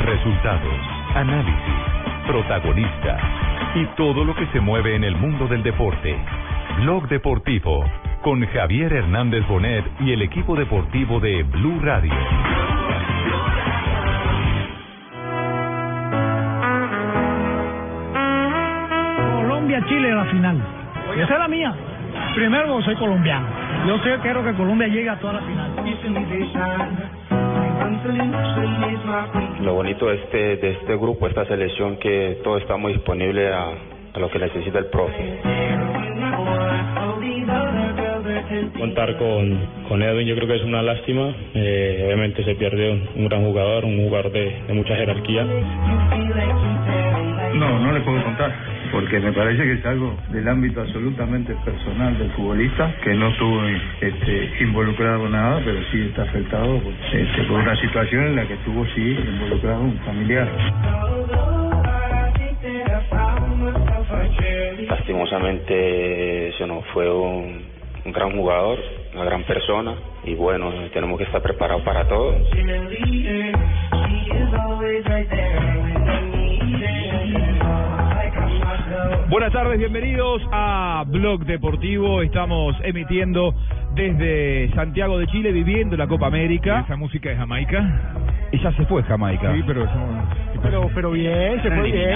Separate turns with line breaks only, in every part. Resultados, análisis, protagonistas y todo lo que se mueve en el mundo del deporte. Blog Deportivo con Javier Hernández Bonet y el equipo deportivo de Blue Radio.
Colombia-Chile la final. Esa es la mía. Primero soy colombiano. Yo creo- quiero que Colombia llegue a toda la final.
Lo bonito de este, de este grupo, esta selección, que todo está muy disponible a, a lo que necesita el profe.
Contar con, con Edwin yo creo que es una lástima. Eh, obviamente se pierde un, un gran jugador, un jugador de, de mucha jerarquía.
No, no le puedo contar, porque me parece que es algo del ámbito absolutamente personal del futbolista, que no estuvo este, involucrado en nada, pero sí está afectado por, este, por una situación en la que estuvo sí involucrado un familiar.
Lastimosamente se nos fue un, un gran jugador, una gran persona, y bueno, tenemos que estar preparados para todo.
Buenas tardes, bienvenidos a Blog Deportivo. Estamos emitiendo desde Santiago de Chile, viviendo la Copa América. ¿Esa música de Jamaica? Y ya se fue Jamaica.
Sí, pero
Pero, pero bien, se
fue bien.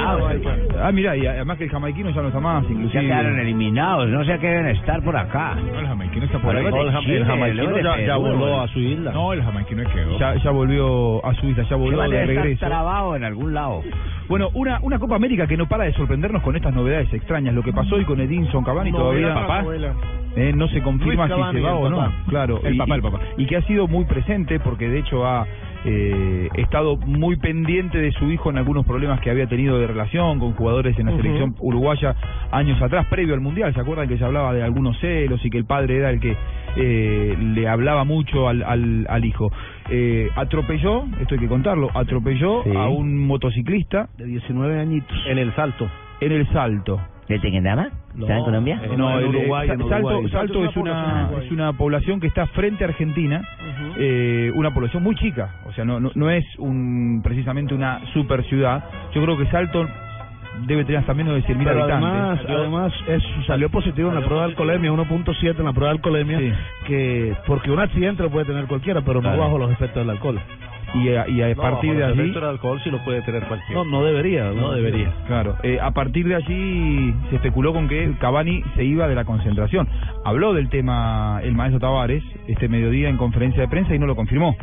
Ah, mira, y además que el jamaiquino ya no está más, inclusive.
Ya quedaron eliminados, no sé a qué deben estar por acá.
El jamaiquino está
por ahí.
No, el, jam- el jamaiquino ya, ya voló a
su isla.
No, el jamaiquino quedó. Ya, ya volvió a su isla, ya volvió de regreso.
trabado en algún lado.
Bueno, una, una Copa América que no para de sorprendernos con estas novedades extrañas. Lo que pasó hoy con Edinson Cavani todavía eh, no se confirma
Luis Cavani,
si se va
el
o no.
papá.
Claro,
El
y,
papá,
y-
el papá.
Y que ha sido muy presente porque de hecho ha eh, estado muy pendiente de su hijo en algunos problemas que había tenido de relación con jugadores en la selección uruguaya años atrás, previo al Mundial. ¿Se acuerdan que se hablaba de algunos celos y que el padre era el que eh, le hablaba mucho al, al, al hijo? Eh, atropelló, esto hay que contarlo, atropelló
Sí.
a un motociclista
De 19 añitos.
en el salto. En el salto.
¿Desde Quendama? ¿Está en Colombia?
el,
el-
eh, Sa- salto, Salto es una, es una población que está frente a Argentina, eh, una población muy chica, o sea, no, no, no es un precisamente una super ciudad. Yo creo que Salto debe tener hasta menos de 100.000
Pero
habitantes.
además, además es, salió positivo en la prueba de alcoholemia, 1.7 en la prueba de alcoholemia,
Sí.
que porque un accidente lo puede tener cualquiera, pero
Claro.
no bajo los efectos del alcohol.
Y eh, a, y a partir de allí,
alcohol sí lo puede tener cualquiera. No, no debería. No debería.
claro, eh, a partir de allí se especuló con que Cavani se iba de la concentración. Habló del tema el maestro Tavares este mediodía en conferencia de prensa y no lo confirmó.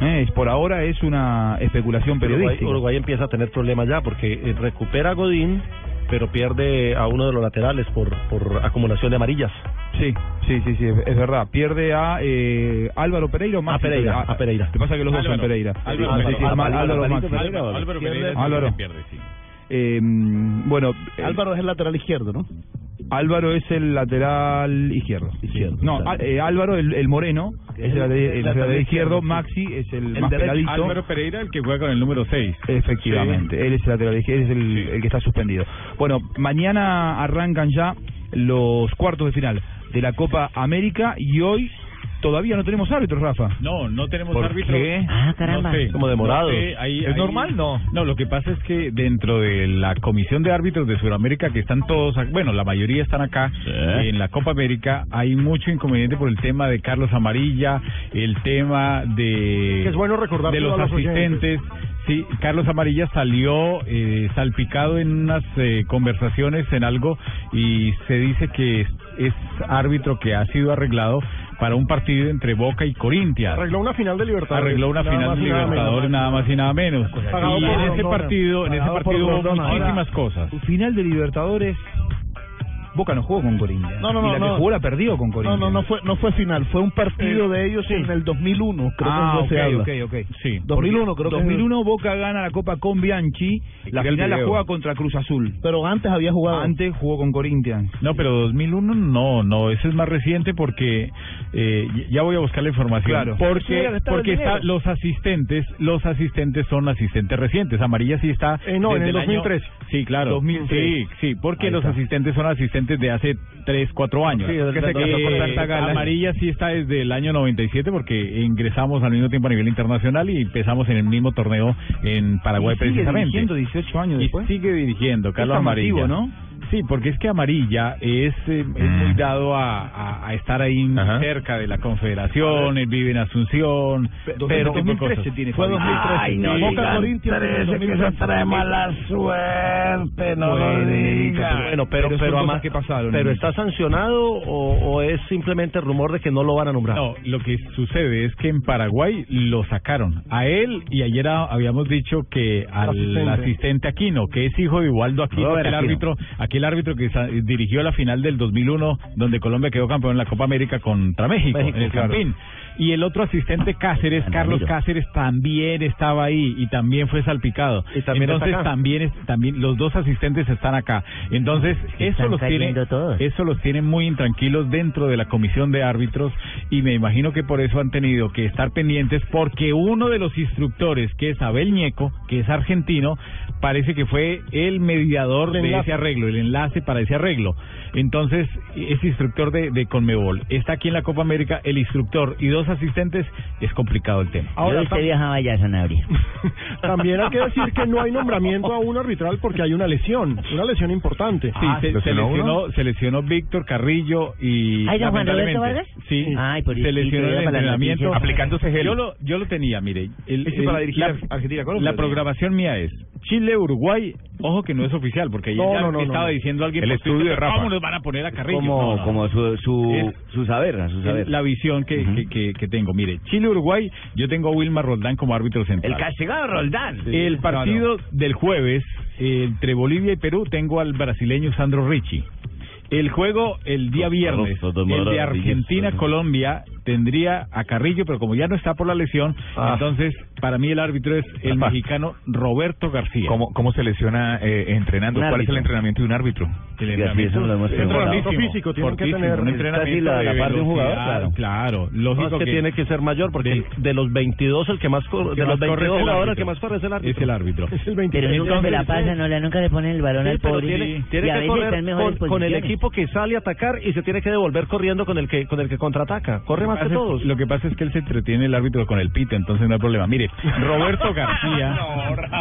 Eh, es- por ahora es una especulación periodística.
empieza a tener problemas ya porque eh, recupera a Godín, pero pierde a uno de los laterales por, por acumulación de amarillas.
Sí, sí, sí, sí, es, es verdad. Pierde a eh, Álvaro Pereira o Maxi
A Pereira, a Pereira.
Lo que pasa es que los dos son Pereira.
Álvaro,
Sí, sí, sí,
Álvaro,
Ma-
Álvaro,
Álvaro,
Alvarito
Maxi.
Pereira, Álvaro.
Álvaro
Pereira es el
Álvaro. Eh, bueno, eh,
Álvaro es el lateral izquierdo, ¿no?
Álvaro es el lateral izquierdo.
Izquierdo,
No,
claro.
Á- eh, Álvaro, el, el moreno, es el, lateral- el lateral izquierdo.
izquierdo.
Maxi es el,
El
más
derecho.
pegadito.
Pereira, el que juega con el número 6.
Efectivamente, él es el lateral izquierdo, es el, el que está suspendido. Bueno, mañana arrancan ya los cuartos de final de la Copa América y hoy todavía no tenemos árbitros, Rafa.
No, no tenemos
¿Por
árbitro.
qué?
Ah, caramba.
No sé,
Como demorados.
no sé, ahí-
¿Es
ahí-
normal? No.
No, lo que pasa es que dentro de la Comisión de Árbitros de Sudamérica, que están todos, ac- bueno, la mayoría están acá, en la Copa América, hay mucho inconveniente por el tema de Carlos Amarilla, el tema de...
Que es bueno recordar
De
a
los
los
asistentes.
oyentes.
Sí, Carlos Amarilla salió eh, salpicado en unas eh, conversaciones en algo y se dice que es, es árbitro que ha sido arreglado para un partido entre Boca y Corinthians
una final de libertad.
arregló una final de Libertadores nada más y nada menos.
Pagado
Y
por
Pues en ese
Rondona.
partido, en ese
Pagado por
partido hubo
Rondona.
muchísimas cosas.
Final de Libertadores. Boca no jugó con Corinthians.
No, no, no,
Y la que
no.
jugó la perdió con
No,
Corinthians.
no, no fue, no fue final, fue un partido de ellos en el 2001, creo
ah,
que es
ok,
donde se habla.
ok, ok.
Sí.
2001, creo que es.
2001 Boca gana la Copa con Bianchi. La
Mira el
final la
video.
juega contra Cruz Azul.
Pero antes había jugado.
Antes jugó con Corinthians.
No, pero 2001 no, no, ese es más reciente porque eh, ya voy a buscar la información.
Claro. Sí,
Porque,
hubiera gastado
porque
el dinero.
está, los asistentes, los asistentes son asistentes recientes. Amarilla sí está.
Eh, no, en
desde
el
año-
2013.
sí, claro.
2013.
Sí, sí, porque
Ahí
los
está.
asistentes son asistentes antecedentes de hace 3, 4 años.
Sí, es que se casó con Santa Gala.
Amarilla sí está desde el año 97 porque ingresamos al mismo tiempo a nivel internacional y empezamos en el mismo torneo en Paraguay
Y sigue
precisamente.
dirigiendo 18 años
Y
después.
sigue dirigiendo, Carlos
Es llamativo,
Amarilla.
¿no?
Sí, porque es que Amarilla es, eh, es muy dado a, a- a estar ahí
Ajá.
cerca de la Confederación, él vive en Asunción, pero
2013 tiene Fue Fabián. 2013.
Ay, no
Boca
digan
Corinthians en el
13, que eso
2013.
trae mala suerte, no lo
Bueno,
digan.
Bueno, pero,
Pero
pero,
son cosas
ama-
que pasaron.
pero está sancionado o, o es simplemente rumor de que no lo van a nombrar.
No, lo que sucede es que en Paraguay lo sacaron a él y ayer a- habíamos dicho que al asistente.
asistente.
Aquino, que es hijo de Ibaldo Aquino,
Robert
aquel
Aquino.
árbitro, aquel árbitro que sa- dirigió la final del 2001 donde Colombia quedó campeón en la Copa América contra México,
México,
en el
claro.
Campín. Y el otro asistente Cáceres,
Ramiro.
Carlos Cáceres, también estaba ahí y también fue salpicado.
Y también
Entonces
está acá.
también es- también los dos asistentes están acá. Entonces
que
eso
están
los tiene
cayendo todos.
eso los tiene muy intranquilos dentro de la comisión de árbitros y me imagino que por eso han tenido que estar pendientes porque uno de los instructores, que es Abel Ñeco, que es argentino, parece que fue el mediador de ese arreglo, el enlace para ese arreglo. Entonces, es instructor de, de Conmebol. Está aquí en la Copa América el instructor y dos asistentes. Es complicado el tema.
Yo usted viajaba ya a Sanabria.
También hay que decir que no hay nombramiento aún arbitral porque hay una lesión, una lesión importante.
Sí,
ah,
se, se
¿lesionó
lesionó, se lesionó Víctor Carrillo y
Ay, don Juan
lamentablemente,
Roberto Vargas.
Sí,
Ay, por
se
el-
lesionó
sí,
en
para
el
las
entrenamiento
noticias. Aplicándose gel.
Yo lo, yo lo tenía, mire. el-
Ese
el-
para dirigir
la,
a Argentina, Colombia.
La programación mía es Chile, Uruguay. Ojo que no es oficial porque
No,
ya
no, no,
estaba
no.
diciendo alguien
El
por
estudio
Twitter,
de Rafa.
¿Cómo nos van a poner a Carrillo? No,
Como,
no.
como su, su,
Es-
su saber, a su saber.
la visión que, que, que- que tengo. Mire, Chile-Uruguay, yo tengo a Wilmar Roldán como árbitro central.
El castigado Roldán.
El partido del jueves eh, entre Bolivia y Perú tengo al brasileño Sandro Ricci. El juego el día viernes,
Sabroso, de
el de
maravilloso.
Argentina-Colombia, tendría a Carrillo, pero como ya no está por la lesión,
Ah.
entonces para mí el árbitro es el
Rafa.
mexicano Roberto García.
¿Cómo se lesiona eh, entrenando?
Un ¿Cuál es el árbitro.
entrenamiento de un árbitro?
El
García,
entrenamiento
eso lo hemos
es
preguntado.
fortísimo,
Entrenamiento físico, tiene que
fortísimo,
tener-
un
es
casi
entrenamiento
la- la
de
par de un jugador,
velocidad, claro, lógico
que, tiene que ser mayor porque
del-
de los 22 el que más cor-
que
de los
más corre es
22
el
jugadores el
árbitro.
que más corre es el árbitro.
Es el árbitro.
Es el
Pero
22.
nunca se la
Entonces,
pasa, no, la, nunca le ponen el balón
Sí,
al
pero
pobre.
tiene, tiene
y a
que
veces está en
correr
mejores
con, con el
posiciones.
equipo que sale a atacar y se tiene que devolver corriendo con el que con el que contraataca. Corre
Lo
más que
pasa es-
todos.
Lo que pasa es que él se entretiene el árbitro con el pito, entonces no hay problema. Mire, Roberto García.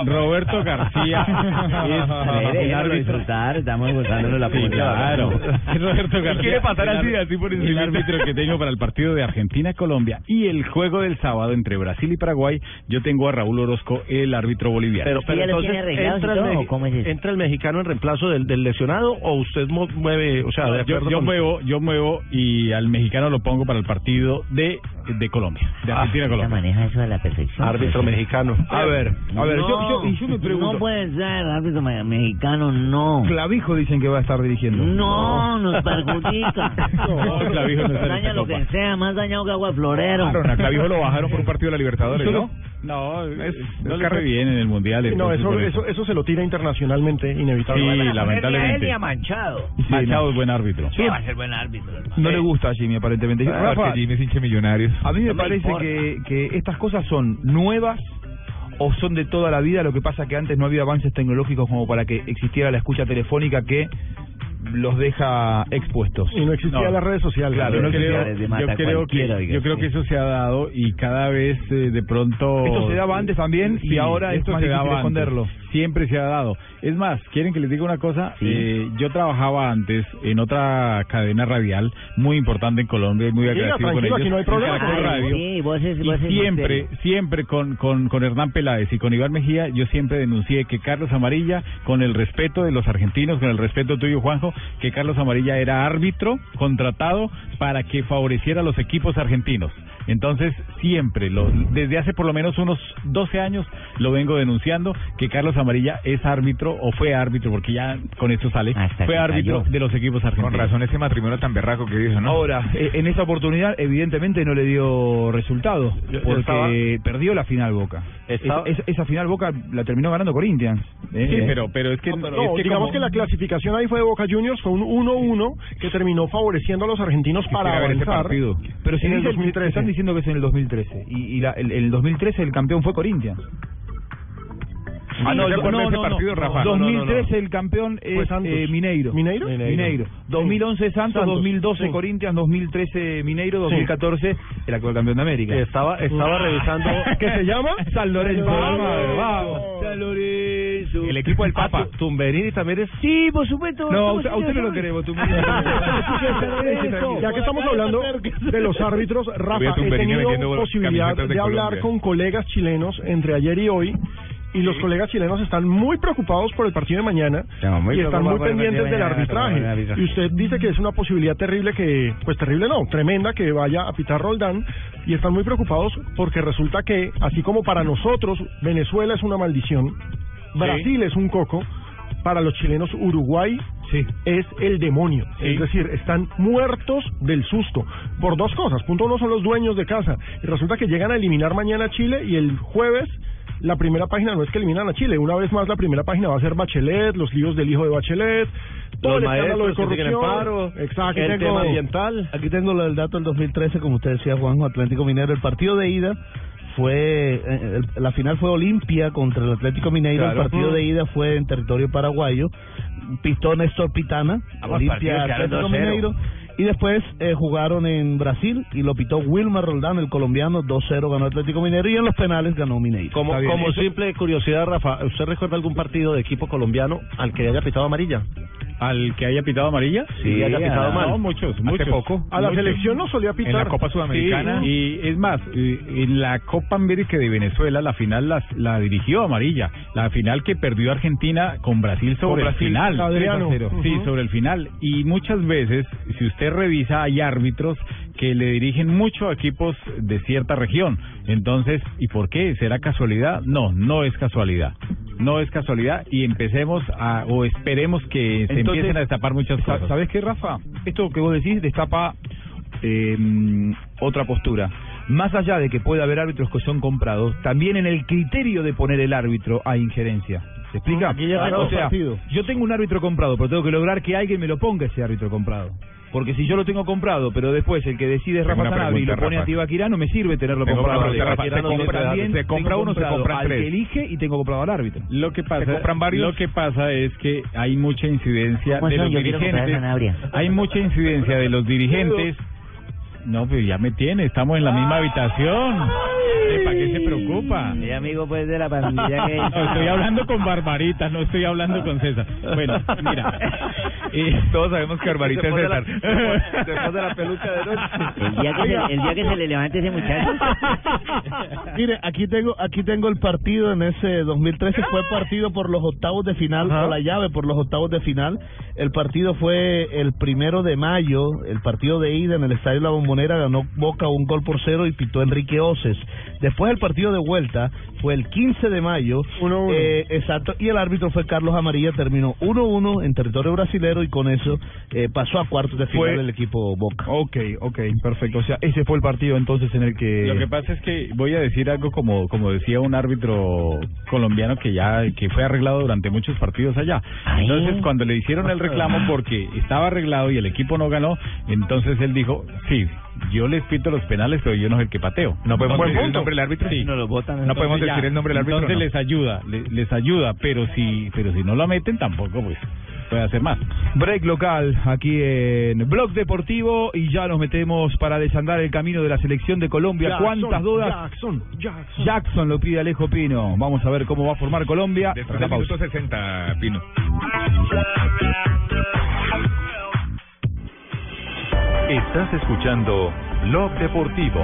Roberto García
Hombre,
es el
déjenos
árbitro.
disfrutar, estamos
Pues,
gozándonos la
Sí,
publicidad.
claro. Roberto
Él
García.
quiere pasar
el
así,
ar-
así por
El
encima.
árbitro que tengo para el partido de Argentina-Colombia y el juego del sábado entre Brasil y Paraguay, yo tengo a Raúl Orozco, el árbitro boliviano.
Pero,
¿Sí
pero
ya los
entonces
tiene arreglados y
entra, el
todo,
me-
o cómo es eso?
entra el mexicano en reemplazo del, del lesionado o usted mo- mueve, o sea, de
yo,
acuerdo
yo
con-
muevo, yo muevo y al mexicano lo pongo para el partido de, de Colombia, de
Ah,
Ella
Argentina-Colombia.
maneja eso a la perfección. Pues, eh,
árbitro mexicano.
A ver, a ver,
no,
yo, yo, y yo me pregunto.
No puede ser, árbitro me- mexicano, no.
Clavijo dicen que va a estar dirigiendo.
No, nos perjudica.
No, Clavijo no está en
Daña
esta
lo que
copa.
sea, más dañado que agua de florero.
Clavijo lo bajaron por un partido de la Libertadores,
¿no?
No, es, no
es
le fue
carre-
bien en el mundial.
No,
entonces,
eso,
por
eso, eso se lo tira internacionalmente,
Sí,
inevitablemente.
lamentablemente.
Ni a Manchado.
Machado es buen árbitro.
No va a ser buen árbitro, hermano.
No le gusta a Jimmy, aparentemente. Rafa,
es hinche millonarios.
a mí me
No me
parece
importa.
que, que estas cosas son nuevas o son de toda la vida. Lo que pasa que antes no había avances tecnológicos como para que existiera la escucha telefónica que los deja expuestos.
Y no existían
No.
las redes sociales.
Claro,
yo
no
creo,
se
yo
mata
creo que,
cualquiera, oiga.
yo creo que eso se ha dado y cada vez eh, de pronto...
Esto se daba antes también y ahora es
esto
más
se
difícil
daba antes.
esconderlo.
Siempre se ha dado. Es más, ¿quieren que les diga una cosa?
Sí.
Eh, yo trabajaba antes en otra cadena radial muy importante en Colombia y muy
Diga,
agradecido con
tranquilo,
ellos.
aquí no hay problema.
en Caracol
Ay,
Radio.
sí, vos es-
Y
vos es
siempre,
misterio.
siempre con, con, con Hernán Peláez y con Iván Mejía, yo siempre denuncié que Carlos Amarilla, con el respeto de los argentinos, con el respeto tuyo, Juanjo, que Carlos Amarilla era árbitro contratado para que favoreciera a los equipos argentinos. Entonces, siempre, lo- desde hace por lo menos unos 12 años, lo vengo denunciando que Carlos Amarilla es árbitro o fue árbitro, porque ya con esto sale,
Hasta
fue
Ah, que
árbitro
cayó.
de los equipos argentinos.
ese matrimonio tan berraco que hizo,
Ahora, eh, en esta oportunidad evidentemente no le dio resultado
Yo- yo
porque
estaba-
perdió la final Boca.
Estaba-
Es- es- esa final Boca la terminó ganando Corinthians.
Sí,
Eh,
pero, pero es que,
No,
es que
digamos
como-
que la clasificación ahí fue de Boca Juniors, fue un 1-1 que terminó favoreciendo a los argentinos para
Quisiera ver ese
avanzar.
partido. Pero si
en el
dicen-
2013.
están diciendo que es en el 2013 y, y la- el, el 2013 el campeón fue Corinthians.
Ah, no,
¿Te
yo-
acuerdas
no,
de ese
no,
partido,
no.
Rafa?
2013
el campeón
es,
eh, Mineiro.
¿Mineiro?
Mineiro. Mineiro. 2011 Santos,
Santos,
2012
sí.
Corinthians, 2013 Mineiro, 2014 el actual campeón de América.
Estaba, estaba revisando.
¿Qué se llama?
San Lorenzo.
Vamos,
Vamos,
vamos.
San Lorenzo.
El equipo del Papa.
Ah, Tumberini también es.
Sí, por supuesto.
No, a
estamos
usted, a usted no lo
señores.
queremos,
Ya que estamos hablando de los árbitros,
Voy a
Rafa, he
Tumberini vendiendo
tenido posibilidad
camisetas de
de hablar
Colombia.
con colegas chilenos entre ayer y hoy. Y los colegas chilenos están muy preocupados por el partido de mañana
Estamos muy
y están
preocupados
muy
por el partido
pendientes
de
del
mañana,
arbitraje.
estamos muy
Y usted dice que es una posibilidad terrible que, pues terrible no, tremenda que vaya a pitar Roldán y están muy preocupados porque resulta que, así como para nosotros Venezuela es una maldición, Brasil es un coco, para los chilenos Uruguay es el demonio. Es decir, están muertos del susto. Por dos cosas. Punto uno son los dueños de casa. Y resulta que llegan a eliminar mañana a Chile y el jueves la primera página no es que eliminan a Chile. Una vez más la primera página va a ser Bachelet, los líos del hijo de Bachelet, todo
Los
el escándalo de
maestros que siguen en
corrupción.
paro.
Exacto.
El
tengo-
tema ambiental.
Aquí tengo el dato del 2013, como usted decía, Juanjo, Atlético Mineiro. El partido de ida fue, eh, el- la final fue Olimpia contra el Atlético Mineiro.
Claro.
El partido de ida fue en territorio paraguayo. Pistó Néstor Pitana,
Ambos partidos
Olimpia,
quedaron
Atlético
2-0.
Mineiro. Y después eh, jugaron en Brasil y lo pitó Wilmer Roldán, el colombiano, 2-0 ganó Atlético Mineiro y en los penales ganó Mineiro.
Como,
Está bien.
como
Eso-
simple curiosidad, Rafa, ¿usted recuerda algún partido de equipo colombiano al que haya pitado amarilla?
¿Al que haya pitado amarilla?
Sí, haya pitado
no,
mal.
muchos,
Hace
muchos.
poco.
A la
Muchos.
selección no solía pitar.
En la Copa Sudamericana.
Sí.
Y es más, eh, en la Copa América de Venezuela, la final las- la dirigió Amarilla. La final que perdió Argentina con Brasil sobre
Con
el
Brasil,
final.
Adriano.
3 a 0. Sí,
Ujú.
sobre el final. Y muchas veces, si usted revisa, hay árbitros que le dirigen mucho a equipos de cierta región. Entonces, ¿y por qué? ¿Será casualidad? No, no es casualidad. No es casualidad y empecemos a, o esperemos que se
Entonces,
empiecen a destapar muchas
Sa-
cosas.
¿Sabes qué, Rafa? Esto que vos decís destapa eh, otra postura. Más allá de que pueda haber árbitros que son comprados, también en el criterio de poner el árbitro hay injerencia. ¿Se
Ah,
explica?
Aquí ya
Claro,
hay
o sea,
partido.
yo tengo un árbitro comprado, pero tengo que lograr que alguien me lo ponga ese árbitro comprado. Porque si yo lo tengo comprado, pero después el que decide es Rafa
Tengo una
Sanabria y lo
pregunta,
pone a
Rafa.
Tibaquirá, no me sirve tenerlo
Tengo una
comprado.
pregunta, Rafa.
Tibaquirá
¿Se
no,
compra-
también
se compra
tengo
uno o se
comprado
compran
al
tres?
que elige y tengo comprado al árbitro.
Lo que pasa,
¿Se compran varios?
lo que pasa es que hay mucha incidencia
¿Cómo
de
eso?
los
Yo quiero comprar
dirigentes.
zanahoria.
Hay mucha incidencia de los dirigentes. No, pues ya me tiene, estamos en la
Ah.
misma habitación. Eh, ¿Para qué se preocupa?
Mi amigo, pues, de la pandilla que...
No, estoy hablando con Barbarita, no estoy hablando con César. Bueno, mira. eh, todos sabemos que Barbarita
Se
es
pone
César.
la- se pone la peluca de noche.
El día, que se, el día que se le levante ese muchacho.
Mire, aquí tengo aquí tengo el partido en ese 2013 fue partido por los octavos de final o la llave por los octavos de final. El partido fue el primero de mayo, el partido de ida en el Estadio La Bombonera ganó Boca un gol por cero y pitó Enrique Oces. Después el partido de vuelta fue el 15 de mayo,
Uno a uno.
eh, exacto, y el árbitro fue Carlos Amarilla, terminó 1-1 en territorio brasilero y con eso eh, pasó a cuartos de final
Fue-
el equipo Boca.
Ok, ok, perfecto. O sea, ese fue el partido entonces en el
Lo que pasa es que voy a decir algo como como decía un árbitro colombiano que ya que fue arreglado durante muchos partidos allá.
Ay.
Entonces cuando le hicieron el reclamo porque estaba arreglado y el equipo no ganó, entonces él dijo, "Sí, yo les pito los penales, pero yo no soy el que pateo."
No podemos
Entonces,
decir el nombre del árbitro.
Sí.
No lo votan, entonces
podemos
ya.
decir el nombre del árbitro.
no.
Entonces les ayuda, le- les ayuda, pero si pero si no lo meten tampoco pues puede hacer más.
Break local aquí en Blog Deportivo y ya nos metemos para desandar el camino de la selección de Colombia. ¿Cuántas dudas?
Jackson, Jackson.
Jackson lo pide Alejo Pino. Vamos a ver cómo va a formar Colombia. Tras la pausa.
60, Pino.
Estás escuchando Blog Deportivo.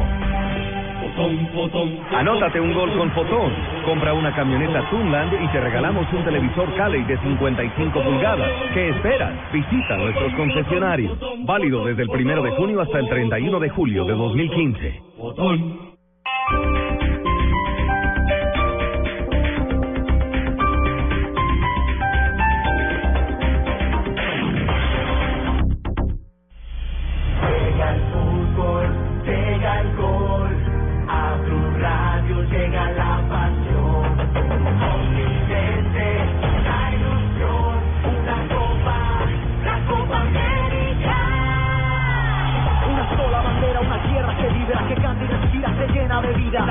Anótate un gol con Fotón. Compra una camioneta Tunland y te regalamos un televisor Cali de 55 pulgadas. ¿Qué esperas? Visita nuestros concesionarios. Válido desde el 1 de junio hasta el 31 de julio de 2015.
Llega el fútbol, llega el gol, a Blue Radio llega la pasión. Consistente, la ilusión, una copa, la Copa América. Una sola bandera, una tierra que vibra, que canta y respira, se llena de vida. La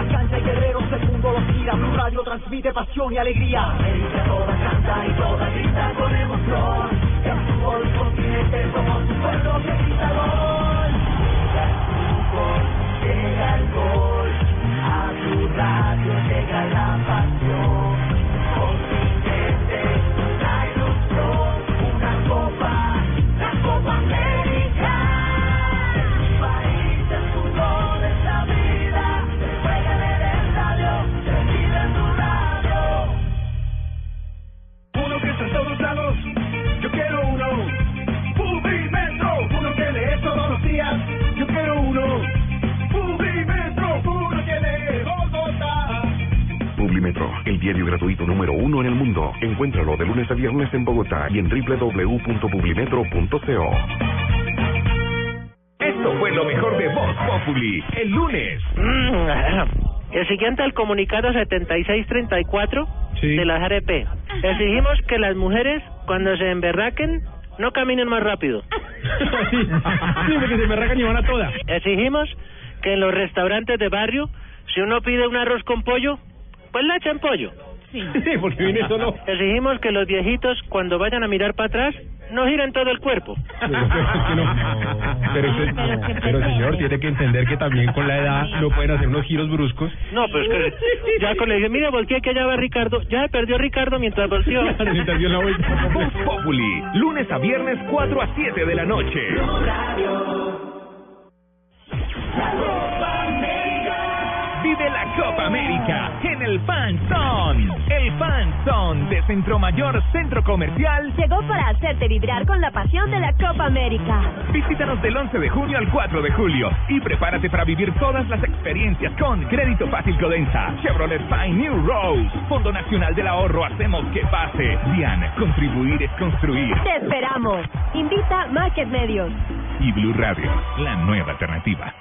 alegría. América toda canta y toda grita con emoción. Ya estuvo el continente, somos un pueblo que grita gol. Ya estuvo, llega el gol. A tu radio llega la pasión. Continente, la ilusión. Una copa, la Copa América. Es un país, el fútbol es la vida. Se juega en el estadio, se vive en tu radio. Uno que está en todos lados, yo quiero uno. Publimetro, uno que lee todos los días, yo quiero uno. Publimetro, uno que lee Bogotá.
Publimetro, el diario gratuito número uno en el mundo. Encuéntralo de lunes a viernes en Bogotá y en www.publimetro.co.
Esto fue lo mejor de Voz Populi. El lunes.
Mm, El siguiente al comunicado 7634
Sí.
de la JRP. Exigimos que las mujeres, cuando se emberraquen, no caminen más rápido.
sí, sí, porque se me arrancan y van a todas.
Exigimos que en los restaurantes de barrio, si uno pide un arroz con pollo, pues le echan pollo.
Sí. porque viene solo.
Exigimos que los viejitos, cuando vayan a mirar para atrás, no giren todo el cuerpo.
Pero, eso-
Ah,
pero, señor, tiene que entender que también con la edad no pueden hacer unos giros bruscos.
No, pero es que ya con le dije, mira, volteé que allá va Ricardo. Ya se perdió Ricardo mientras volteó.
Mientras dio la vuelta.
Voz Populi. Lunes a viernes 4 a 7 de la noche. Vive la Copa América en el Fan Zone. El Fan Zone de Centro Mayor Centro Comercial.
Llegó para hacerte vibrar con la pasión de la Copa América.
Visítanos del 11 de junio al 4 de julio y prepárate para vivir todas las experiencias con Crédito Fácil Codensa, Chevrolet Pine New Rose, Fondo Nacional del Ahorro, hacemos que pase. Dian, contribuir es construir.
Te esperamos. Invita Market Medios.
Y Blue Radio, la nueva alternativa.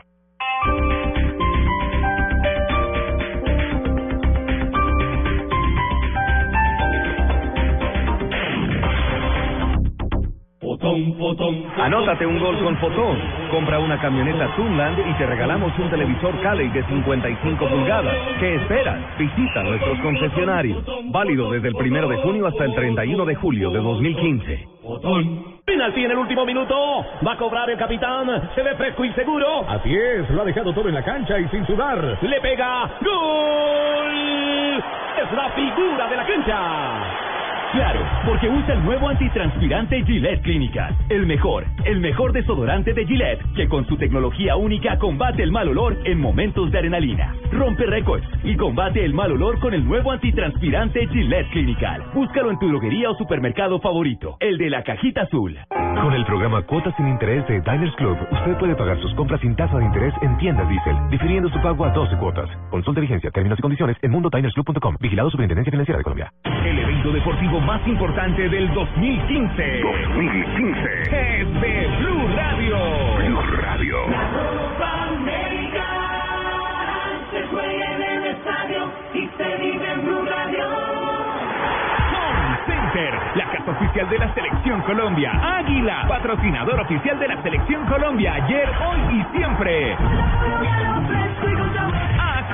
Anótate un gol con Fotón. Compra una camioneta Tunland y te regalamos un televisor Cali de 55 pulgadas. ¿Qué esperas? Visita nuestros concesionarios. Válido desde el 1 de junio hasta el 31 de julio de 2015.
Penalti en el último minuto. Va a cobrar el capitán. Se ve fresco y seguro.
Así es, lo ha dejado todo en la cancha y sin sudar.
Le pega. ¡Gol! Es la figura de la cancha.
Claro, porque usa el nuevo antitranspirante Gillette Clínicas. El mejor, el mejor desodorante de Gillette, que con su tecnología única combate el mal olor en momentos de adrenalina. Rompe récords y combate el mal olor con el nuevo antitranspirante Gillette Clinical. Búscalo en tu droguería o supermercado favorito, el de la cajita azul.
Con el programa Cuotas sin Interés de Diners Club, usted puede pagar sus compras sin tasa de interés en tiendas Diesel, difiriendo su pago a 12 cuotas. Consulta vigencia, términos y condiciones en mundodinersclub.com. Vigilado Superintendencia Financiera de Colombia.
El evento deportivo más importante del 2015. 2015. Es de Blue Radio. Blue Radio.
Copa América. Se juega en el estadio y se vive en Blue Radio.
Center, la casa oficial de la Selección Colombia. Águila, patrocinador oficial de la Selección Colombia. Ayer, hoy y siempre. A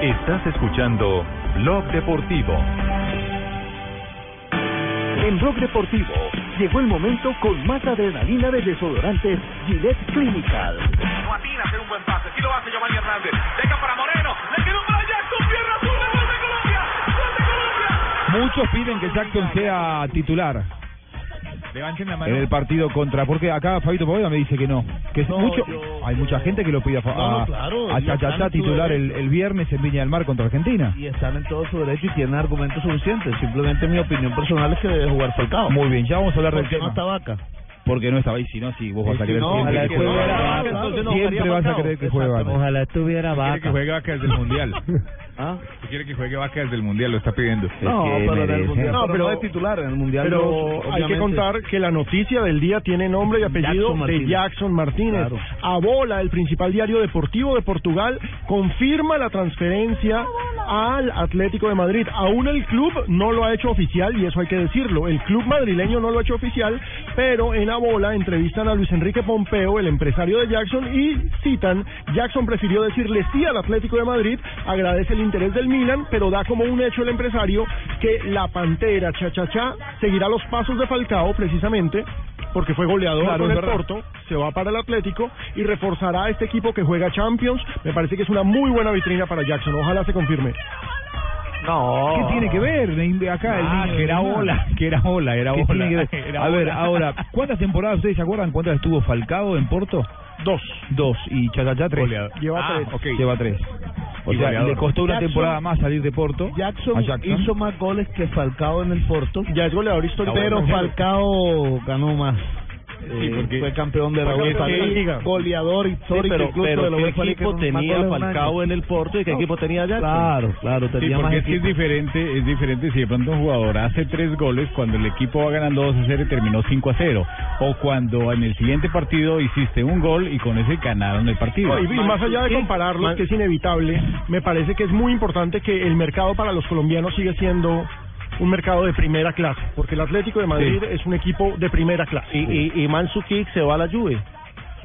Estás escuchando Blog Deportivo.
En Blog Deportivo llegó el momento con más adrenalina de desodorantes Gillette Clinical.
No atina a hacer un buen pase. Si lo hace Giovanni Hernández. Deja para Moreno. Le quedó para Jackson. Pierna azul. ¡Gol de Colombia! ¡Gol de Colombia!
Muchos piden que Jackson sea titular
Levánteme la
en el partido contra. Porque acá Fabito Poveda me dice que no. Que es mucho. Hay mucha gente que lo pide a, Fa-
No, no,
a-
claro,
a
ellos
Chachachá
están en su
titular el,
derecho.
el viernes en Viña del Mar contra Argentina.
Y están en todo su derecho y tienen argumentos suficientes. Simplemente mi opinión personal es que debe jugar Falcao.
Muy bien, ya vamos a hablar del
¿Por qué
tema.
no está Vaca?
Porque no estaba ahí, si no, si vos vas a
si
creer
no,
siempre
ojalá
que juega
estuviera
Vaca.
Vaca, entonces no
Siempre
estaría
vas a
marcado.
creer que juega Vaca.
Ojalá estuviera
Quiere que
vaca.
juegue Vaca desde el Mundial. ¿Ah? Quiere que juegue Vaca desde el Mundial, lo está pidiendo.
No, que pero en el merece. Mundial,
No,
pero
pero
no-
es titular en el Mundial.
Pero
no,
hay que
obviamente.
contar que la noticia del día tiene nombre y apellido
Jackson
de
Martínez.
Jackson Martínez.
Claro.
A bola, el principal diario deportivo de Portugal, confirma la transferencia al Atlético de Madrid. Aún el club no lo ha hecho oficial y eso hay que decirlo. El club madrileño no lo ha hecho oficial, pero en A bola entrevistan a Luis Enrique Pompeo, el empresario de Jackson, y citan, Jackson prefirió decirle sí al Atlético de Madrid, agradece el interés del Milan, pero da como un hecho el empresario que la Pantera Cha Cha Cha seguirá los pasos de Falcao precisamente porque fue goleador
Claro,
con
es
el
verdad.
Porto, se va para el Atlético y reforzará a este equipo que juega Champions. Me parece que es una muy buena vitrina para Jackson, ojalá se confirme.
No. ¿Qué tiene que ver? Neymar? Acá el
Ah,
niño
que era
Neymar.
bola,
que era bola, era
bola. Era
A ver,
bola.
ahora, ¿cuántas temporadas ustedes se acuerdan cuántas estuvo Falcao en Porto?
Dos.
Dos. ¿Y Chachachá tres?
Goleador. Lleva
Ah,
tres.
ok. Lleva tres. O
Y
sea,
goleador.
le costó una
Jackson-
temporada más salir de Porto.
Jackson,
a Jackson.
hizo más goles que Falcao en el Porto.
Ya es goleador histórico.
Pero
Goleador.
Falcao ganó más. Eh,
porque-
fue campeón de la
Porque
UEFA,
sí.
Liga, goleador histórico
Sí, pero-
incluso
pero
de la
¿qué
UEFA League,
equipo
con más
tenía
goles en un
Falcao
año.
en el Porto y qué equipo tenía Jackson?
Claro, claro,
Sí,
tenía más
porque es que es
equipo.
diferente, es diferente si de pronto un jugador hace tres goles cuando el equipo va ganando 2 a 0 y terminó 5 a 0, o cuando en el siguiente partido hiciste un gol y con ese ganaron el partido.
No, y, y más allá de compararlos, que es inevitable, me parece que es muy importante que el mercado para los colombianos sigue siendo un mercado de primera clase, porque el Atlético de Madrid
Sí.
es un equipo de primera clase.
Y, y, y Mansu Kick se va a la Juve.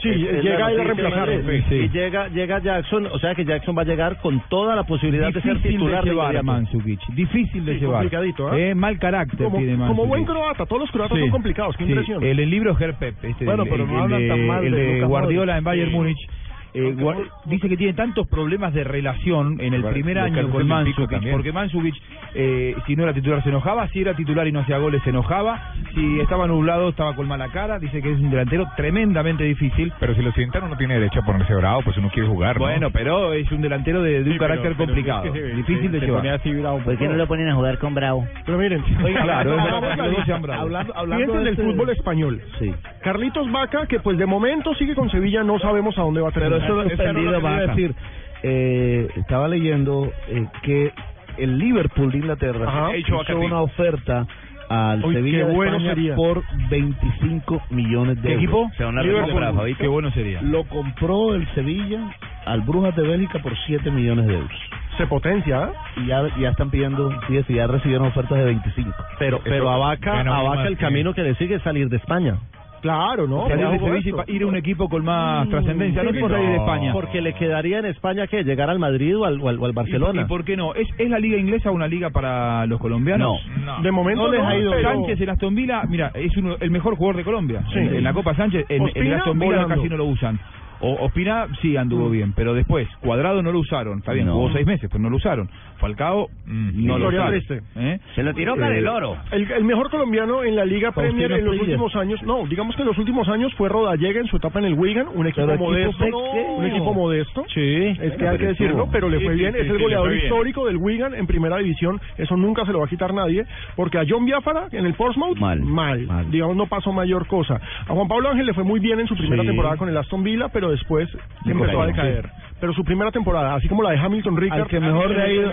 Sí,
Es- es
llega
la
él
noticia,
a reemplazarlo.
madre.
Sí.
Y llega, llega Jackson, o sea que Jackson va a llegar con toda la posibilidad de ser
Difícil de
titular
llevar a
inmediato.
Mandzukic. Difícil de
Sí,
llevar.
complicadito, ¿eh?
Eh, mal carácter
Como-
tiene
como
Mandzukic.
buen croata, todos los croatas
Sí,
son complicados, qué
sí.
impresión.
El, el libro Herpep, este,
Bueno,
el-
pero
el,
no hablan
el de,
tan mal
el
de
de
Luka
Guardiola
Modric.
en Bayern
Sí.
Múnich. eh, Guar- dice que tiene tantos problemas de relación en el
Bueno,
primer
Lucas
año
es
con
el pico
Mandzukic,
también.
porque Mandzukic, eh, si no era titular se enojaba, si era titular y no hacía goles se enojaba, si estaba nublado estaba con mala cara, dice que es un delantero tremendamente difícil.
Pero si lo sientan uno tiene derecho a ponerse bravo, pues uno quiere jugar. ¿no?
Bueno, pero es un delantero de, de un
Sí, pero-
carácter
pero es que
complicado,
se-
difícil
se-
de
se
llevar.
pone así bravo por
¿Por qué no
todo.
lo ponen a jugar con Bravo?
Pero miren,
Oiga, claro, es verdad,
hablamos
que luego
clarito.
sean bravos.
hablando,
hablando
Piensen
de
del
este-
fútbol español.
Sí.
Carlitos Vaca, que pues de momento sigue con Sevilla, no sabemos a dónde va a
Pero
terminar.
eso es suspendido va a decir. Eh, estaba leyendo eh, que el Liverpool de Inglaterra
Ajá.
hizo
Hecho
una oferta al
Uy,
Sevilla
qué
de
bueno
España
sería.
por 25 millones de
¿Qué
euros.
equipo?
Se van a
Liverpool.
recuperar, Fabito.
Qué bueno sería.
Lo compró el Sevilla al Brujas de Bélgica por 7 millones de euros.
Se potencia, ¿eh?
Y ya, ya están pidiendo 10 y ya recibieron ofertas de 25.
Pero, pero a Vaca,
gana
a
uno
Vaca
más
el
que-
camino que le sigue es salir de España.
Claro, ¿no?
Salir
Por
de
supuesto.
Sevilla y pa- ir a un equipo con más trascendencia, no
Sí,
por salir de
no,
España.
Mm. Porque le quedaría en España que llegar al Madrid o al, o al, o al Barcelona.
¿Y por qué no? ¿Es, ¿Es la liga inglesa una liga para los colombianos?
De momento
No les
no,
ha ido.
pero-
Sánchez en Aston Villa, mira, es uno, el mejor jugador de Colombia.
Sí.
En, en la Copa Sánchez, en, en el
Ospina,
Aston Villa
volando. Mm.
casi no lo usan. O, Ospina sí anduvo bien, pero después, Cuadrado no lo usaron. Está bien,
No.
jugó seis meses, pero no lo usaron. Falcao mm, no lo
Gloria
usaron.
triste.
¿Eh?
Se lo tiró
Eh,
para el oro.
El, el mejor colombiano en la Liga
Faustino
Premier en los
Pérez.
últimos años, no, digamos que en los últimos años fue Rodallega en su etapa en el Wigan, un equipo
Pero equipo
modesto,
pequeño.
un equipo modesto.
Sí.
Es
Bueno,
que hay que
pero
decirlo,
estuvo.
pero le
Sí,
fue
sí,
bien,
sí,
es
sí,
el
le
goleador
fue bien.
histórico del Wigan en primera división, eso nunca se lo va a quitar nadie, porque a John Biafara en el Portsmouth, mal, digamos no pasó mayor cosa. A Juan Pablo Ángel le fue muy bien en su primera
Sí.
temporada con el Aston Villa, pero después
Le
empezó a
cayó,
decaer. Pero su primera temporada, así como la de Hamilton Rickard,
Al que mejor le ha ido-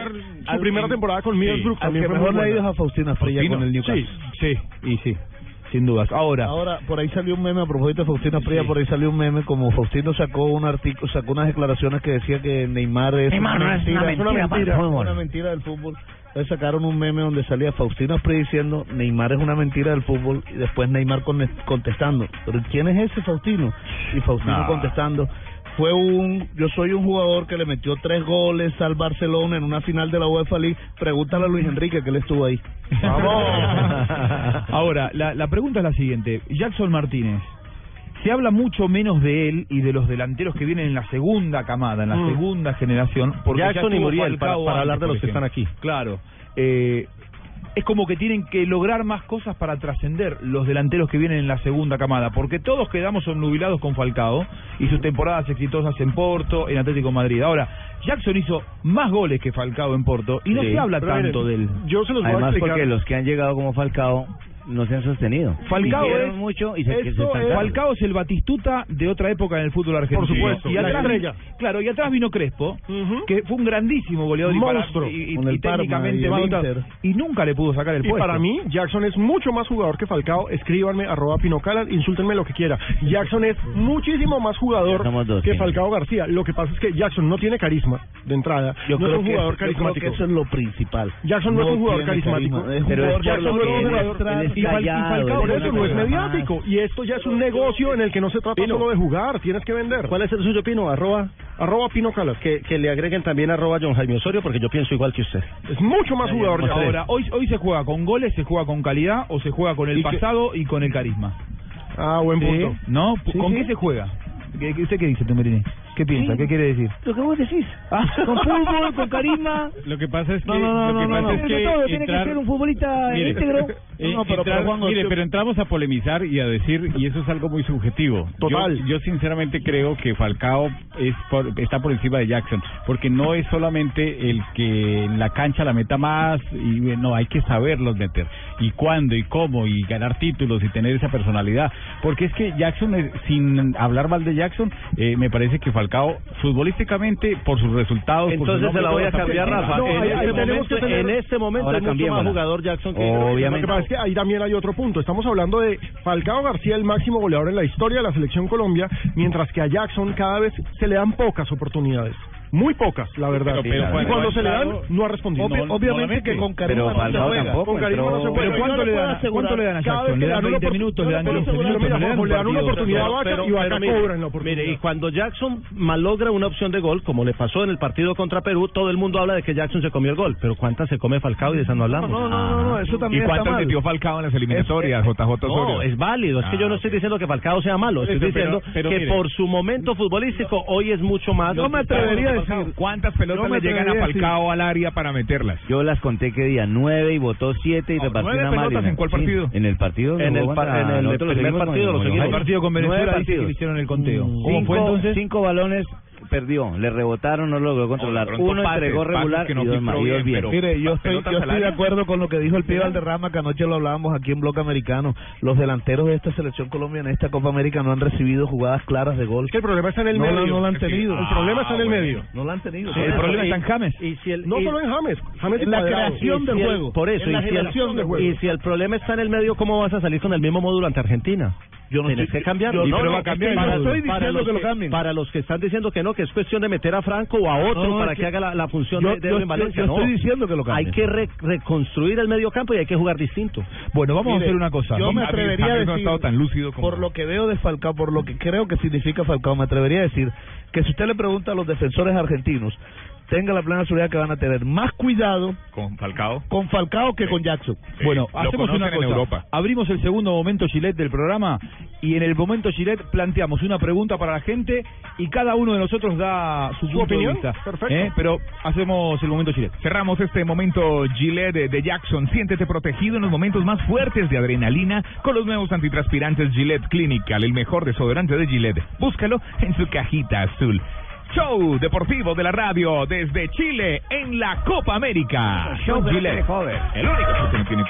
su primera temporada con Middlesbrough
Al
también
que
fue
mejor
muy
le ha ido
buena.
es a Faustina Freya
Faustino.
con el Newcastle.
Sí, sí, y sí, sin dudas. Ahora,
Ahora, por ahí salió un meme a propósito de Faustino Fría, por ahí salió un meme como Faustino sacó un artículo, sacó unas declaraciones que decía que Neymar es
Neymar no es una mentira para el fútbol.
una mentira del fútbol. Entonces sacaron un meme donde salía Faustino Fría diciendo Neymar es una mentira del fútbol y después Neymar con- contestando, pero ¿quién es ese Faustino? Y Faustino
No.
contestando fue un yo soy un jugador que le metió tres goles al Barcelona en una final de la UEFA League pregúntale a Luis Enrique que él estuvo ahí
Ahora, la, la pregunta es la siguiente. Jackson Martínez. Se habla mucho menos de él y de los delanteros que vienen en la segunda camada, en la
Mm.
segunda generación. Porque ya
Jackson y
estuvo
Muriel, para,
Falcao
para hablar
antes,
de los
por
que están
ejemplo.
aquí.
Claro. Eh, es como que tienen que lograr más cosas para trascender los delanteros que vienen en la segunda camada, porque todos quedamos obnubilados con Falcao y sus temporadas exitosas en Porto, en Atlético de Madrid. Ahora, Jackson hizo más goles que Falcao en Porto y no
Sí.
se habla
Pero miren,
tanto de él.
Yo se los voy a
Además,
explicar.
porque los que han llegado como Falcao
no se han sostenido.
Falcao
Hicieron
es,
mucho y se, que se
eso
están
es-
cansando.
Falcao es el Batistuta de otra época en el fútbol argentino.
supuesto,
Y
la
atrás,
estrella.
Claro, y atrás vino Crespo, que fue un grandísimo goleador y para-
Monstruo,
y, y-
con el
y
Parma y
técnicamente
el
va a
Inter.
otra- y nunca le pudo sacar el
Y
puesto.
para mí, Jackson es mucho más jugador que Falcao. Escríbanme, arroba Pinocalas, insúltenme lo que quiera. Jackson es muchísimo más jugador que Falcao García. Lo que pasa es que Jackson no tiene carisma de entrada. no es un jugador
yo creo
carismático.
que eso es lo principal.
Jackson no, es un jugador
tiene
carismático.
carisma, es un
Pero
jugador-
Jackson no es un jugador.
él es
Y Fal- y
callado,
Falcao, por
él
eso no es
una persona
mediático. Y esto ya es un negocio en el que no se trata solo de jugar, tienes que vender.
¿Cuál es el suyo, Pino? Arroba.
Arroba Pino Calas.
Que, que le agreguen también arroba John Jaime Osorio, porque yo pienso igual que usted.
Es mucho más
jugador que
Ahora, hoy, hoy se juega con goles, se juega con calidad o se juega con el
Y que-
pasado y con el carisma.
Ah, buen
punto.
¿No?
Sí,
¿Con
sí.
qué se juega? ¿Qué, qué- usted qué dice, Tumberini? ¿Qué piensa? ¿Qué quiere decir?
Lo que vos decís. Con fútbol, con carisma.
Lo que pasa es que.
No, no,
lo
no, no,
que
no,
pasa
no.
es
Tiene
que
que todo, tiene que
entrar-
ser un futbolista
Mire,
íntegro.
eh,
este No, pero- este-
entrar-
pero Juan
mire,
Gonzalo-
pero entramos a polemizar y a decir, y eso es algo muy subjetivo.
Total.
Yo, yo sinceramente creo que Falcao es por- está por encima de Jackson, porque no es solamente el que en la cancha la meta más, y eh, no, hay que saberlos meter, y cuándo, y cómo, y ganar títulos, y tener esa personalidad. Porque es que Jackson, eh, sin hablar mal de Jackson, eh, me parece que Falcao, futbolísticamente, por sus resultados...
Entonces se la voy a cambiar, Rafa. en, este momento, en este momento es mucho más jugador Jackson que
Lo que pasa es que ahí también hay otro punto. Estamos hablando de Falcao García, el máximo goleador en la historia de la selección Colombia, mientras que a Jackson cada vez se le dan pocas oportunidades. Muy pocas, la verdad.
Pero- pero
y
cuando
cuando,
ha
se le dan,
entrado-
no ha respondido.
Obvi-
No,
obviamente
no la mete.
que con carisma no se juega. Con carisma no se juega.
Pero
Yo
¿cuánto
no
le
puedo
dan?
asegurar
¿Cuánto le dan a
cada vez
Jackson?
que
Le
le
dan
dan una
20
opor-
minutos,
yo
le
no
dan
puedo
15
asegurar,
minutos,
mira,
le dan
Juanjo, le dan
un
una
partido.
oportunidad a Vaca y Vaca cobra en la
Mire,
oportunidad.
y cuando Jackson malogra una opción de gol, como le pasó en el partido contra Perú, todo el mundo habla de que Jackson se comió el gol. Pero ¿cuántas se come Falcao y de esa no hablamos?
No, no, no, no, eso también
¿Y cuántas
está mal.
metió
Falcao en las eliminatorias, JJ Osorio?
No, es válido. Es que
Ah,
yo no estoy diciendo que Falcao sea malo. Estoy
Eso, pero-
diciendo
pero
que
mire.
por su momento futbolístico hoy es mucho más.
No me atrevería a
decir.
¿Cuántas pelotas le llegan a Falcao al área para meterlas?
Yo las conté que día nueve y votó siete y repartió
¿nueve
una mala.
pelotas en cuál
Sí,
partido?
en el partido. que
En el
jugó
par-
contra
en el
nosotros,
primer
seguimos
partido,
con-
lo
con
seguimos.
el
Partido con
Nueve
Venezuela, dice que
partidos.
le hicieron el conteo.
Mm.
¿Cómo fue
Cinco-
entonces?
Cinco balones perdió, le rebotaron, no logró controlar.
de pronto
Uno
pases,
entregó
pases
regular
que no
y dos más,
filtró
y dos
bien,
bien.
pero-
Mire, yo estoy,
pelotas
yo
al
estoy de
área.
acuerdo con lo que dijo el pibe Valderrama, que anoche lo hablábamos aquí en Bloque Americano. Los delanteros de esta selección Colombia en esta Copa América no han recibido jugadas claras de gol.
el problema está en el
no
medio.
La, no la han
Es que-
tenido.
el problema está en el
bueno.
medio.
No la han tenido.
Sí, el problema está en
James.
no
y-
solo en James, James y
En la
Cuadrado.
creación
Y
del
si el-
juego. Por eso,
en la
y, si
generación
el,
de juego.
y si el problema está en el medio, ¿cómo vas a salir con el mismo módulo ante Argentina? Yo no Tienes que cambiarlo.
yo no, no, es que
Para,
no estoy
para
diciendo
los
que lo
para los que están diciendo que no, que es cuestión de meter a Franco o a otro
No, no,
para
es
que,
que-
haga la, la función
Yo-
de, de
yo
en
estoy-
Valencia.
yo
no.
estoy diciendo que lo cambien.
Hay que re- reconstruir el medio campo y hay que jugar distinto.
Bueno,
Ah,
vamos a hacer una cosa.
Yo me
James-
atrevería a
James
decir,
no ha estado tan lúcido como-
por lo que veo de Falcao, por lo que creo que significa Falcao, me atrevería a decir que si usted le pregunta a los defensores argentinos, tenga la plena seguridad que van a tener más cuidado
Con Falcao.
con Falcao que con Jackson.
Bueno,
Lo
hacemos
conocen
una
en
cosa.
Europa.
Abrimos el segundo momento Gillette del programa y en el momento Gillette planteamos una pregunta para la gente y cada uno de nosotros da su, punto de
opinión?
vista.
Perfecto.
¿Eh? Pero hacemos el momento Gillette.
Cerramos este momento Gillette de- de Jackson. Siéntete protegido en los momentos más fuertes de adrenalina con los nuevos antitranspirantes Gillette Clinical, el mejor desodorante de Gillette. Búscalo en su cajita azul. Show deportivo de la radio desde Chile en la Copa América.
Show de la
Gillette,
telejoven.
el único show que no tiene-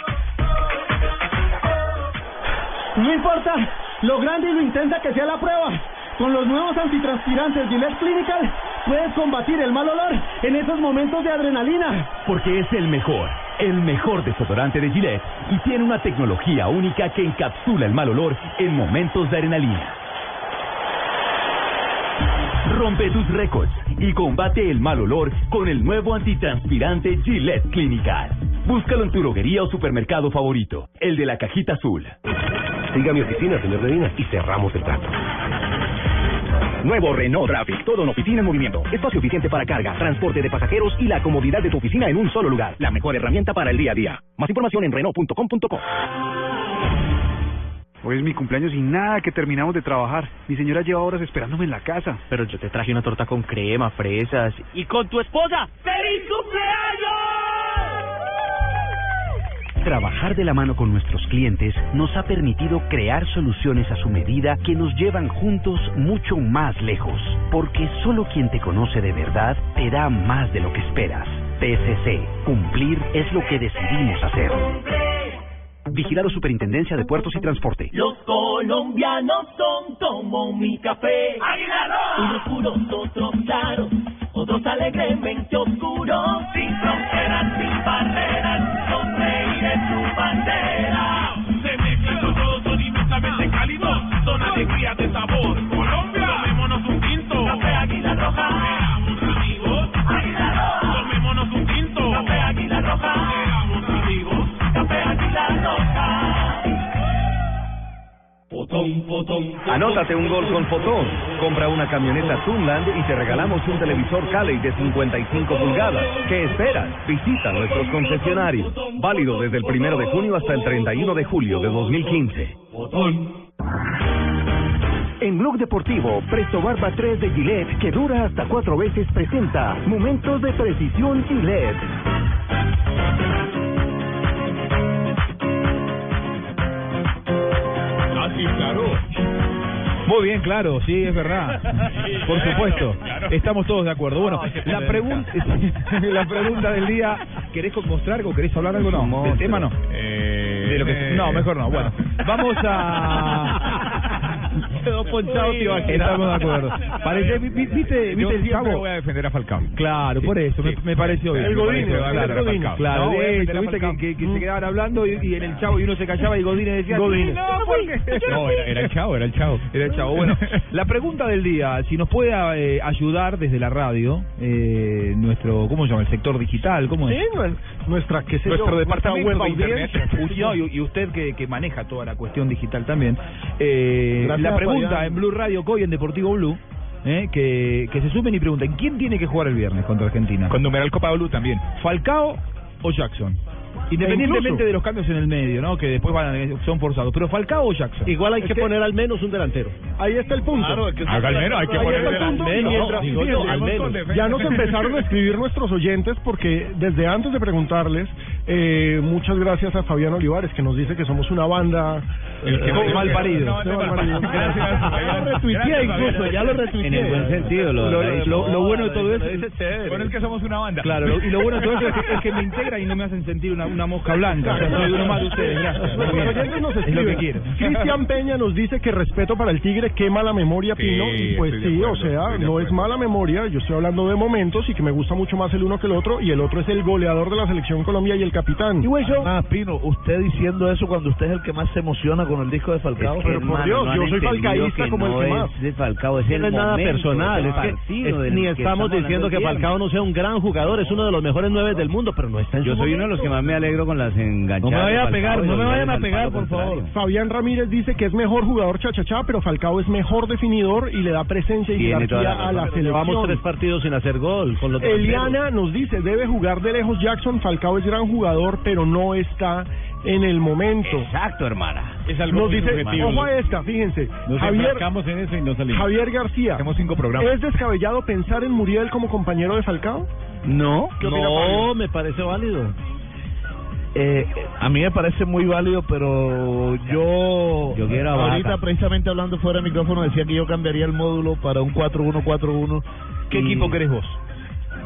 No importa lo grande y lo intensa que sea la prueba. Con los nuevos antitranspirantes Gillette Clinical puedes combatir el mal olor en esos momentos de adrenalina.
Porque es el mejor, el mejor desodorante de Gillette y tiene una tecnología única que encapsula el mal olor en momentos de adrenalina. Rompe tus récords y combate el mal olor con el nuevo antitranspirante Gillette Clinical. Búscalo en tu droguería o supermercado favorito, el de la cajita azul.
Siga mi oficina, señor Medina, y cerramos el trato.
Nuevo Renault Traffic, todo en oficina en movimiento. Espacio eficiente para carga, transporte de pasajeros y la comodidad de tu oficina en un solo lugar. La mejor herramienta para el día a día. Más información en Renault.com.co.
Hoy es mi cumpleaños y nada que terminamos de trabajar. Mi señora lleva horas esperándome en la casa.
Pero yo te traje una torta con crema, fresas.
Y con tu esposa. ¡Feliz cumpleaños!
Trabajar de la mano con nuestros clientes nos ha permitido crear soluciones a su medida que nos llevan juntos mucho más lejos. Porque solo quien te conoce de verdad te da más de lo que esperas. TCC, cumplir es lo que decidimos hacer. Vigilado Superintendencia de Puertos y Transporte.
Los colombianos son como mi café. Unos puros, otros claros, otros alegremente oscuros. Sin fronteras, sin barreras, son reyes su bandera.
Se mezclan los dos, son inmensamente cálidos, son alegría de sabor. Colombia, tomémonos un tinto.
Café Águila Roja.
Seamos amigos.
Águila Roja.
Tomémonos un tinto.
Café Águila Roja.
Seamos amigos.
Café Águila Roja.
Anótate un gol con Fotón. Compra una camioneta Tunland y te regalamos un televisor Cali de 55 pulgadas. ¿Qué esperas? Visita nuestros concesionarios. Válido desde el 1 de junio hasta el 31 de julio de 2015.
En Blog Deportivo, Presto Barba 3 de Gillette, que dura hasta cuatro veces, presenta Momentos de Precisión Gillette.
Así claro.
Muy bien, claro, sí, es verdad. Por supuesto. Estamos todos de acuerdo. Bueno, la pregunta la pregunta del día, ¿querés mostrar algo? ¿Querés hablar algo? No, del tema no. De lo que- no, mejor no. Bueno, vamos a
Quedó ponchado, tío.
Estamos de acuerdo. Parece, vi- vi- viste,
Yo
viste el
siempre
chavo.
voy
a defender a Falcao. Claro, por eso, me, me pareció bien. El me Godín, pareció, el claro, Godín. Claro, Claro, voy a de defender hecho, a viste Falcao. que, que- que se quedaban hablando y, y en el chavo y uno se callaba y Godínez decía, Godín. "Sí, no, porque-". No, era, era el chavo, era el chavo. Era el chavo. Bueno, la pregunta del día, si nos puede eh, ayudar desde la radio, eh, nuestro, ¿cómo se llama? El sector digital, ¿cómo es?
Sí, bueno, nuestra, qué sé
Nuestro
yo,
departamento
nuestra
de
web
internet.
audiencia.
U- no, y, y usted que, que maneja toda la cuestión digital también. Eh,
Gracias,
la pregunta
Fabián.
en Blue Radio Coy, en Deportivo Blue, eh, que, que se sumen y pregunten, ¿quién tiene que jugar el viernes contra Argentina?
Con numeral Copa Blue también.
¿Falcao o Jackson? Independientemente
E incluso-
de los cambios en el medio, ¿no? Que después van a- son forzados. Pero Falcao o Jackson.
Igual hay
Es
que
que-
poner al menos un delantero.
Ahí está el punto.
Claro, es que-
Al menos hay que
Ahí
ponerle
está el punto.
delantero,
Y mientras-
digo yo,
mientras-
al menos.
Ya nos empezaron a escribir nuestros oyentes porque desde antes de preguntarles, eh, muchas gracias a Fabián Olivares que nos dice que somos una banda
El que
eh,
no-
de malparidos.
no, no,
De malparidos.
gracias, Fabián.
Lo retuiteé
Gracias,
incluso,
Fabián.
ya lo retuiteé.
En el buen sentido, lo,
Lo,
ha
lo-
dicho.
lo- lo bueno de todo eso.
Bueno, es que somos una banda.
Claro, lo- y lo bueno de todo eso es que, es que me integra y no me hacen sentir una, una mosca blanca. O sea, soy uno más de ustedes. Gracias. Muy bien.
Nuestros oyentes nos
es lo que
escriben.
quiero.
Cristian Peña nos dice que respeto para el Tigre quema la memoria,
Sí,
Pino. Y pues
estoy de
sí,
acuerdo,
o sea,
estoy de
no
acuerdo.
es mala memoria. Yo estoy hablando de momentos y que me gusta mucho más el uno que el otro. Y el otro es el goleador de la selección Colombia y el capitán.
Ah, Pino, usted diciendo eso cuando usted es el que más se emociona con el disco de Falcao.
Es que,
Pero por
hermano,
Dios,
no han
yo soy
entendido
falcaísta
que
como el
no
que más.
es de Falcao, es el
no es nada
momento,
personal,
el
es que-
partido
es-
del
ni
que
estamos
hablando
diciendo que
bien.
Falcao no sea un gran jugador, es uno de los mejores nueve del mundo, pero no está en
Yo
su
soy uno de los que más me alegro con las enganchadas.
No me vaya a
de Falcao
pegar,
y
no
los
me
goles
vayan a
al
pegar,
palo
por
contrario.
favor.
Fabián Ramírez dice que es mejor jugador chachachá, pero Falcao es mejor definidor y le da presencia y
Tiene toda la
jerarquía a
razón,
la
pero
momento. Llevamos tres
selección.
partidos sin hacer gol. Con los
Eliana nos dice, debe jugar de lejos Jackson, Falcao es gran jugador, pero no está en el momento.
Exacto, hermana.
Es algo
Nos
muy
dice,
subjetivo.
ojo a esta, fíjense,
Nos
Javier,
enfrascamos en eso y no salimos.
Javier García,
Hacemos cinco programas.
¿es descabellado pensar en Muriel como compañero de Falcao?
No,
¿Qué opina Fabio?
no, me parece válido. Eh, a mí me parece muy válido, pero yo,
Yo quiero a Vaca.
ahorita precisamente hablando fuera de micrófono decía que yo cambiaría el módulo para un 4-1-4-1.
¿Qué
Y
equipo querés vos?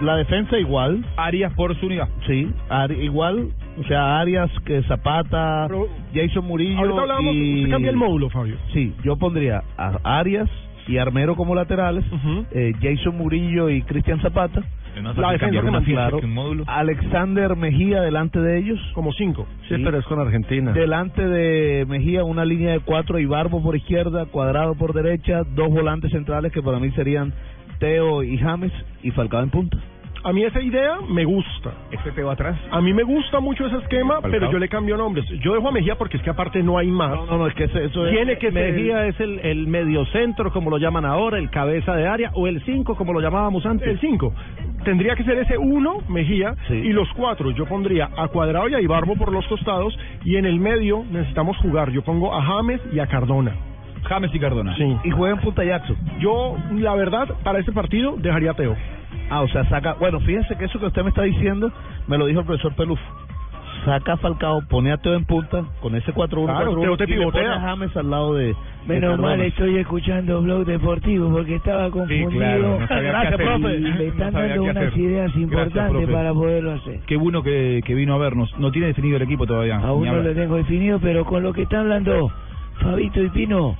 La defensa igual,
Arias por su unidad.
sí, Ari- igual, o sea, Arias, que Zapata,
Pero-
Jason Murillo
Ahorita hablábamos,
y-
usted cambia el módulo, Fabio.
Sí, yo pondría a Arias y Armero como laterales,
Ujú.
eh, Jason Murillo y Cristian Zapata.
Es más
La
fácil
defensa
cambiar
que
una
más,
ficha
claro.
que un módulo.
Alexander Mejía delante de ellos.
Como cinco.
Sí, pero
es con Argentina.
Delante de Mejía una línea de cuatro y Barbo por izquierda, Cuadrado por derecha, dos volantes centrales que para mí serían Teo y James y Falcao en punta.
A mí esa idea me gusta.
Este te va atrás.
A mí me gusta mucho ese esquema,
Falcao.
pero yo le cambio nombres. Yo dejo a Mejía porque es que aparte no hay más.
No, no, es que ese- eso es-
Tiene que
ser-
Mejía es el, el mediocentro, como lo llaman ahora, el cabeza de área, o el 5, como lo llamábamos antes.
El 5. Tendría que ser ese 1, Mejía,
Sí.
y los 4. Yo pondría a Cuadrado y a Ibarbo por los costados, y en el medio necesitamos jugar. Yo pongo a James y a Cardona.
James y Cardona.
Sí.
Y juega en punta Jackson.
Yo, la verdad, para este partido dejaría a Teo.
Ah, o sea, saca. Bueno, fíjense que eso que usted me está diciendo me lo dijo el profesor Peluf. saca a Falcao, pone a Teo en punta con ese 4-1.
Claro, Teo
4-1,
te
y le pone
pivotea.
a James al lado de. de
Menos
Cardona.
mal estoy escuchando Blog Deportivo porque estaba confundido.
claro, no sabía
Gracias,
qué hacer.
profe.
No
Me están
sabía
dando
qué
unas
hacer.
ideas importantes
profe.
para poderlo hacer.
Qué bueno que, que vino a vernos. No tiene definido el equipo todavía.
Aún
ni
no
hablar.
lo tengo definido, pero con lo que está hablando Fabito y Pino,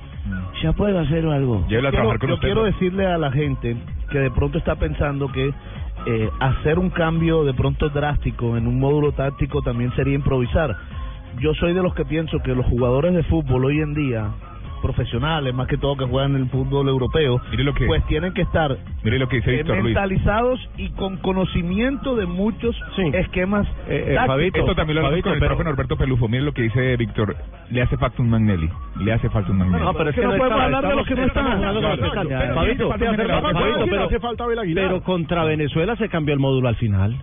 ya puedo hacer algo.
Yo quiero, yo quiero decirle a la gente que de pronto está pensando que eh, hacer un cambio de pronto drástico en un módulo táctico también sería improvisar. Yo soy de los que pienso que los jugadores de fútbol hoy en día, profesionales más que todo que juegan el fútbol europeo, pues tienen que estar
Mire lo que dice
eh,
Víctor Luis.
mentalizados y con conocimiento de muchos esquemas.
Eh, eh,
tácticos.
Fabito, esto también lo hablamos con el profe Norberto Pelufo. Mire lo que dice Víctor. Le hace falta un Magnelli. Le hace falta un Magnelli.
No, pero es que no está, estamos- estamos hablando de los que están. Fabito, Fabito, pero- pero contra Venezuela se cambió el módulo al final.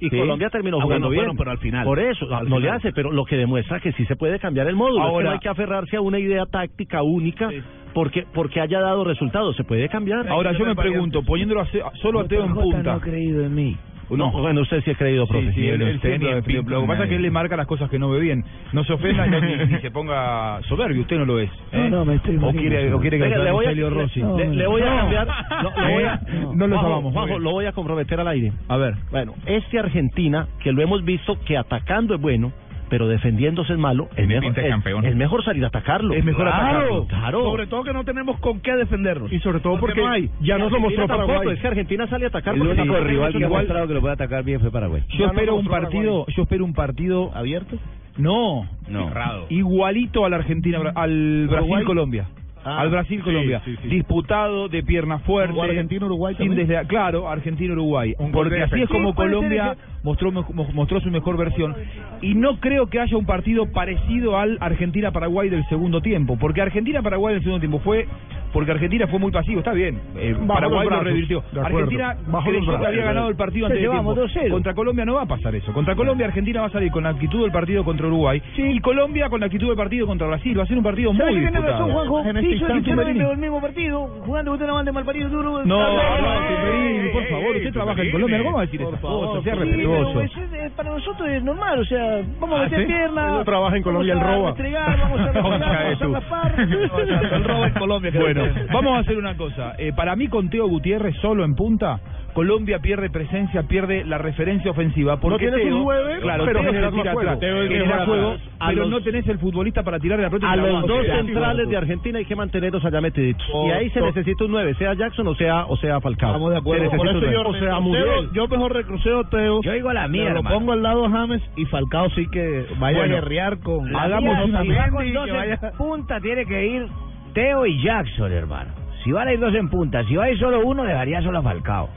Y
Sí.
Colombia terminó
Ah,
jugando
bueno,
bien.
bueno, pero al final.
Por eso, no
Al
le
final.
hace, pero lo que demuestra que sí se puede cambiar el módulo. Es que
Ahora-
no hay que aferrarse a una idea táctica única porque porque haya dado resultados. Se puede cambiar.
Ahora yo me pregunto, poniéndolo a Ce- solo a Teo en punta.
No ha creído en mí.
No, bueno, usted sí ha creído,
Sí,
profe.
sí, él- él
Usted
sí,
ni
lo-
en
lo-
pinta
Lo que pasa es
nadie.
que él le marca las cosas que no ve bien. No se ofenda no, ni, ni se ponga soberbio. Usted no lo es. ¿eh?
No, no, me estoy
O quiere, o quiere que
Venga,
lo
le
llame
voy a,
Celio Rossi.
le- le voy a
No.
cambiar. No, le voy a-
Eh, no lo
Juanjo,
sabamos, muy
Juanjo,
bien.
lo voy a comprometer al aire.
A ver.
Bueno, este Argentina, que lo hemos visto que atacando es bueno, pero defendiéndose es malo, es mejor,
pinta de
es-
campeón.
es mejor salir a atacarlo.
Es mejor
Claro,
atacarlo.
Claro.
Sobre todo que no tenemos con qué defendernos.
Y sobre todo
porque
ya nos lo mostró
Argentina tampoco,
Paraguay.
Es que Argentina sale a atacar.
El
porque
único
tampoco
rival
hizo
que ha
ningún-
mostrado que lo puede atacar bien fue Paraguay.
Yo espero un partido, yo espero un partido
abierto.
No,
No.
igualito al Argentina, al Brasil Colombia.
Ah.
al Brasil Colombia,
Sí, sí, sí.
disputado de pierna fuerte.
Argentina Uruguay
sin desde claro, Argentina Uruguay,
gol
porque
de
así es
defensa.
como
Sí, puede ser
Colombia mostró mejo- mo- mostró su mejor versión y no creo que haya un partido parecido al Argentina Paraguay del segundo tiempo, porque Argentina Paraguay del segundo tiempo fue porque Argentina fue muy pasivo, está bien. eh,
Bajo
Paraguay
los
lo
brazos,
revirtió.
de acuerdo.
Argentina
Bajo los
creyó que
brazos.
había ganado el partido
Te
antes de
llevamos
tiempo.
2-0.
Contra Colombia no va a pasar eso. Contra Colombia Argentina va a salir con la actitud del partido contra Uruguay y Colombia con la actitud del partido contra Brasil, va a ser un partido muy
¿Sabes que tiene
disputado.
razón, Juanjo?
En este
Sí, yo
instante,
quiero
Marini.
el mismo partido, jugando usted mal de mal parido duro.
No,
Está bien.
no, Tumberini, por favor, usted trabaja en Colombia, ¿cómo va a decir
eh, Por
esas
favor,
cosas? Sea
sí,
respetuoso.
pero es- es- es- Para nosotros es normal, o sea, vamos a
Ah,
meter
¿sí?
piernas.
Yo trabajo en Colombia, el
vamos a
roba.
restregar, Vamos a restregar,
Concha de
vamos a
tú.
rapar.
El robo en Colombia.
que
Bueno,
decía.
vamos a hacer una cosa. Eh, para mí, con Teo Gutiérrez solo en punta, Colombia pierde presencia, pierde la referencia ofensiva. Porque
tienes un
Teo,
nueve,
claro,
pero
Teo
generas
se
más
tira
juego.
atrás,
Teo es
genera
mejor atrás.
juego,
A
pero
los-
no tenés el futbolista para tirar de la pelota. y
A
la
los
banca.
dos
Sí,
centrales
sí,
de Argentina hay que mantenerlos allá metiditos. Y ahí se
to-
necesita un 9, sea Jackson o sea, o sea Falcao.
Estamos de acuerdo.
Se
Por
necesita
eso
un
yo,
nueve.
recruceo- yo mejor recruceo a Teo.
Yo digo la mía,
pero Lo
hermano.
pongo al lado a James y Falcao sí que vaya
Bueno,
a guerrear con.
hagamos
con
una-
Otamendi,
hagamos
que
dos en-
vaya-
punta tiene que ir Teo y Jackson, hermano. Si van a ir dos en punta, si va a ir solo uno, dejaría solo a Falcao.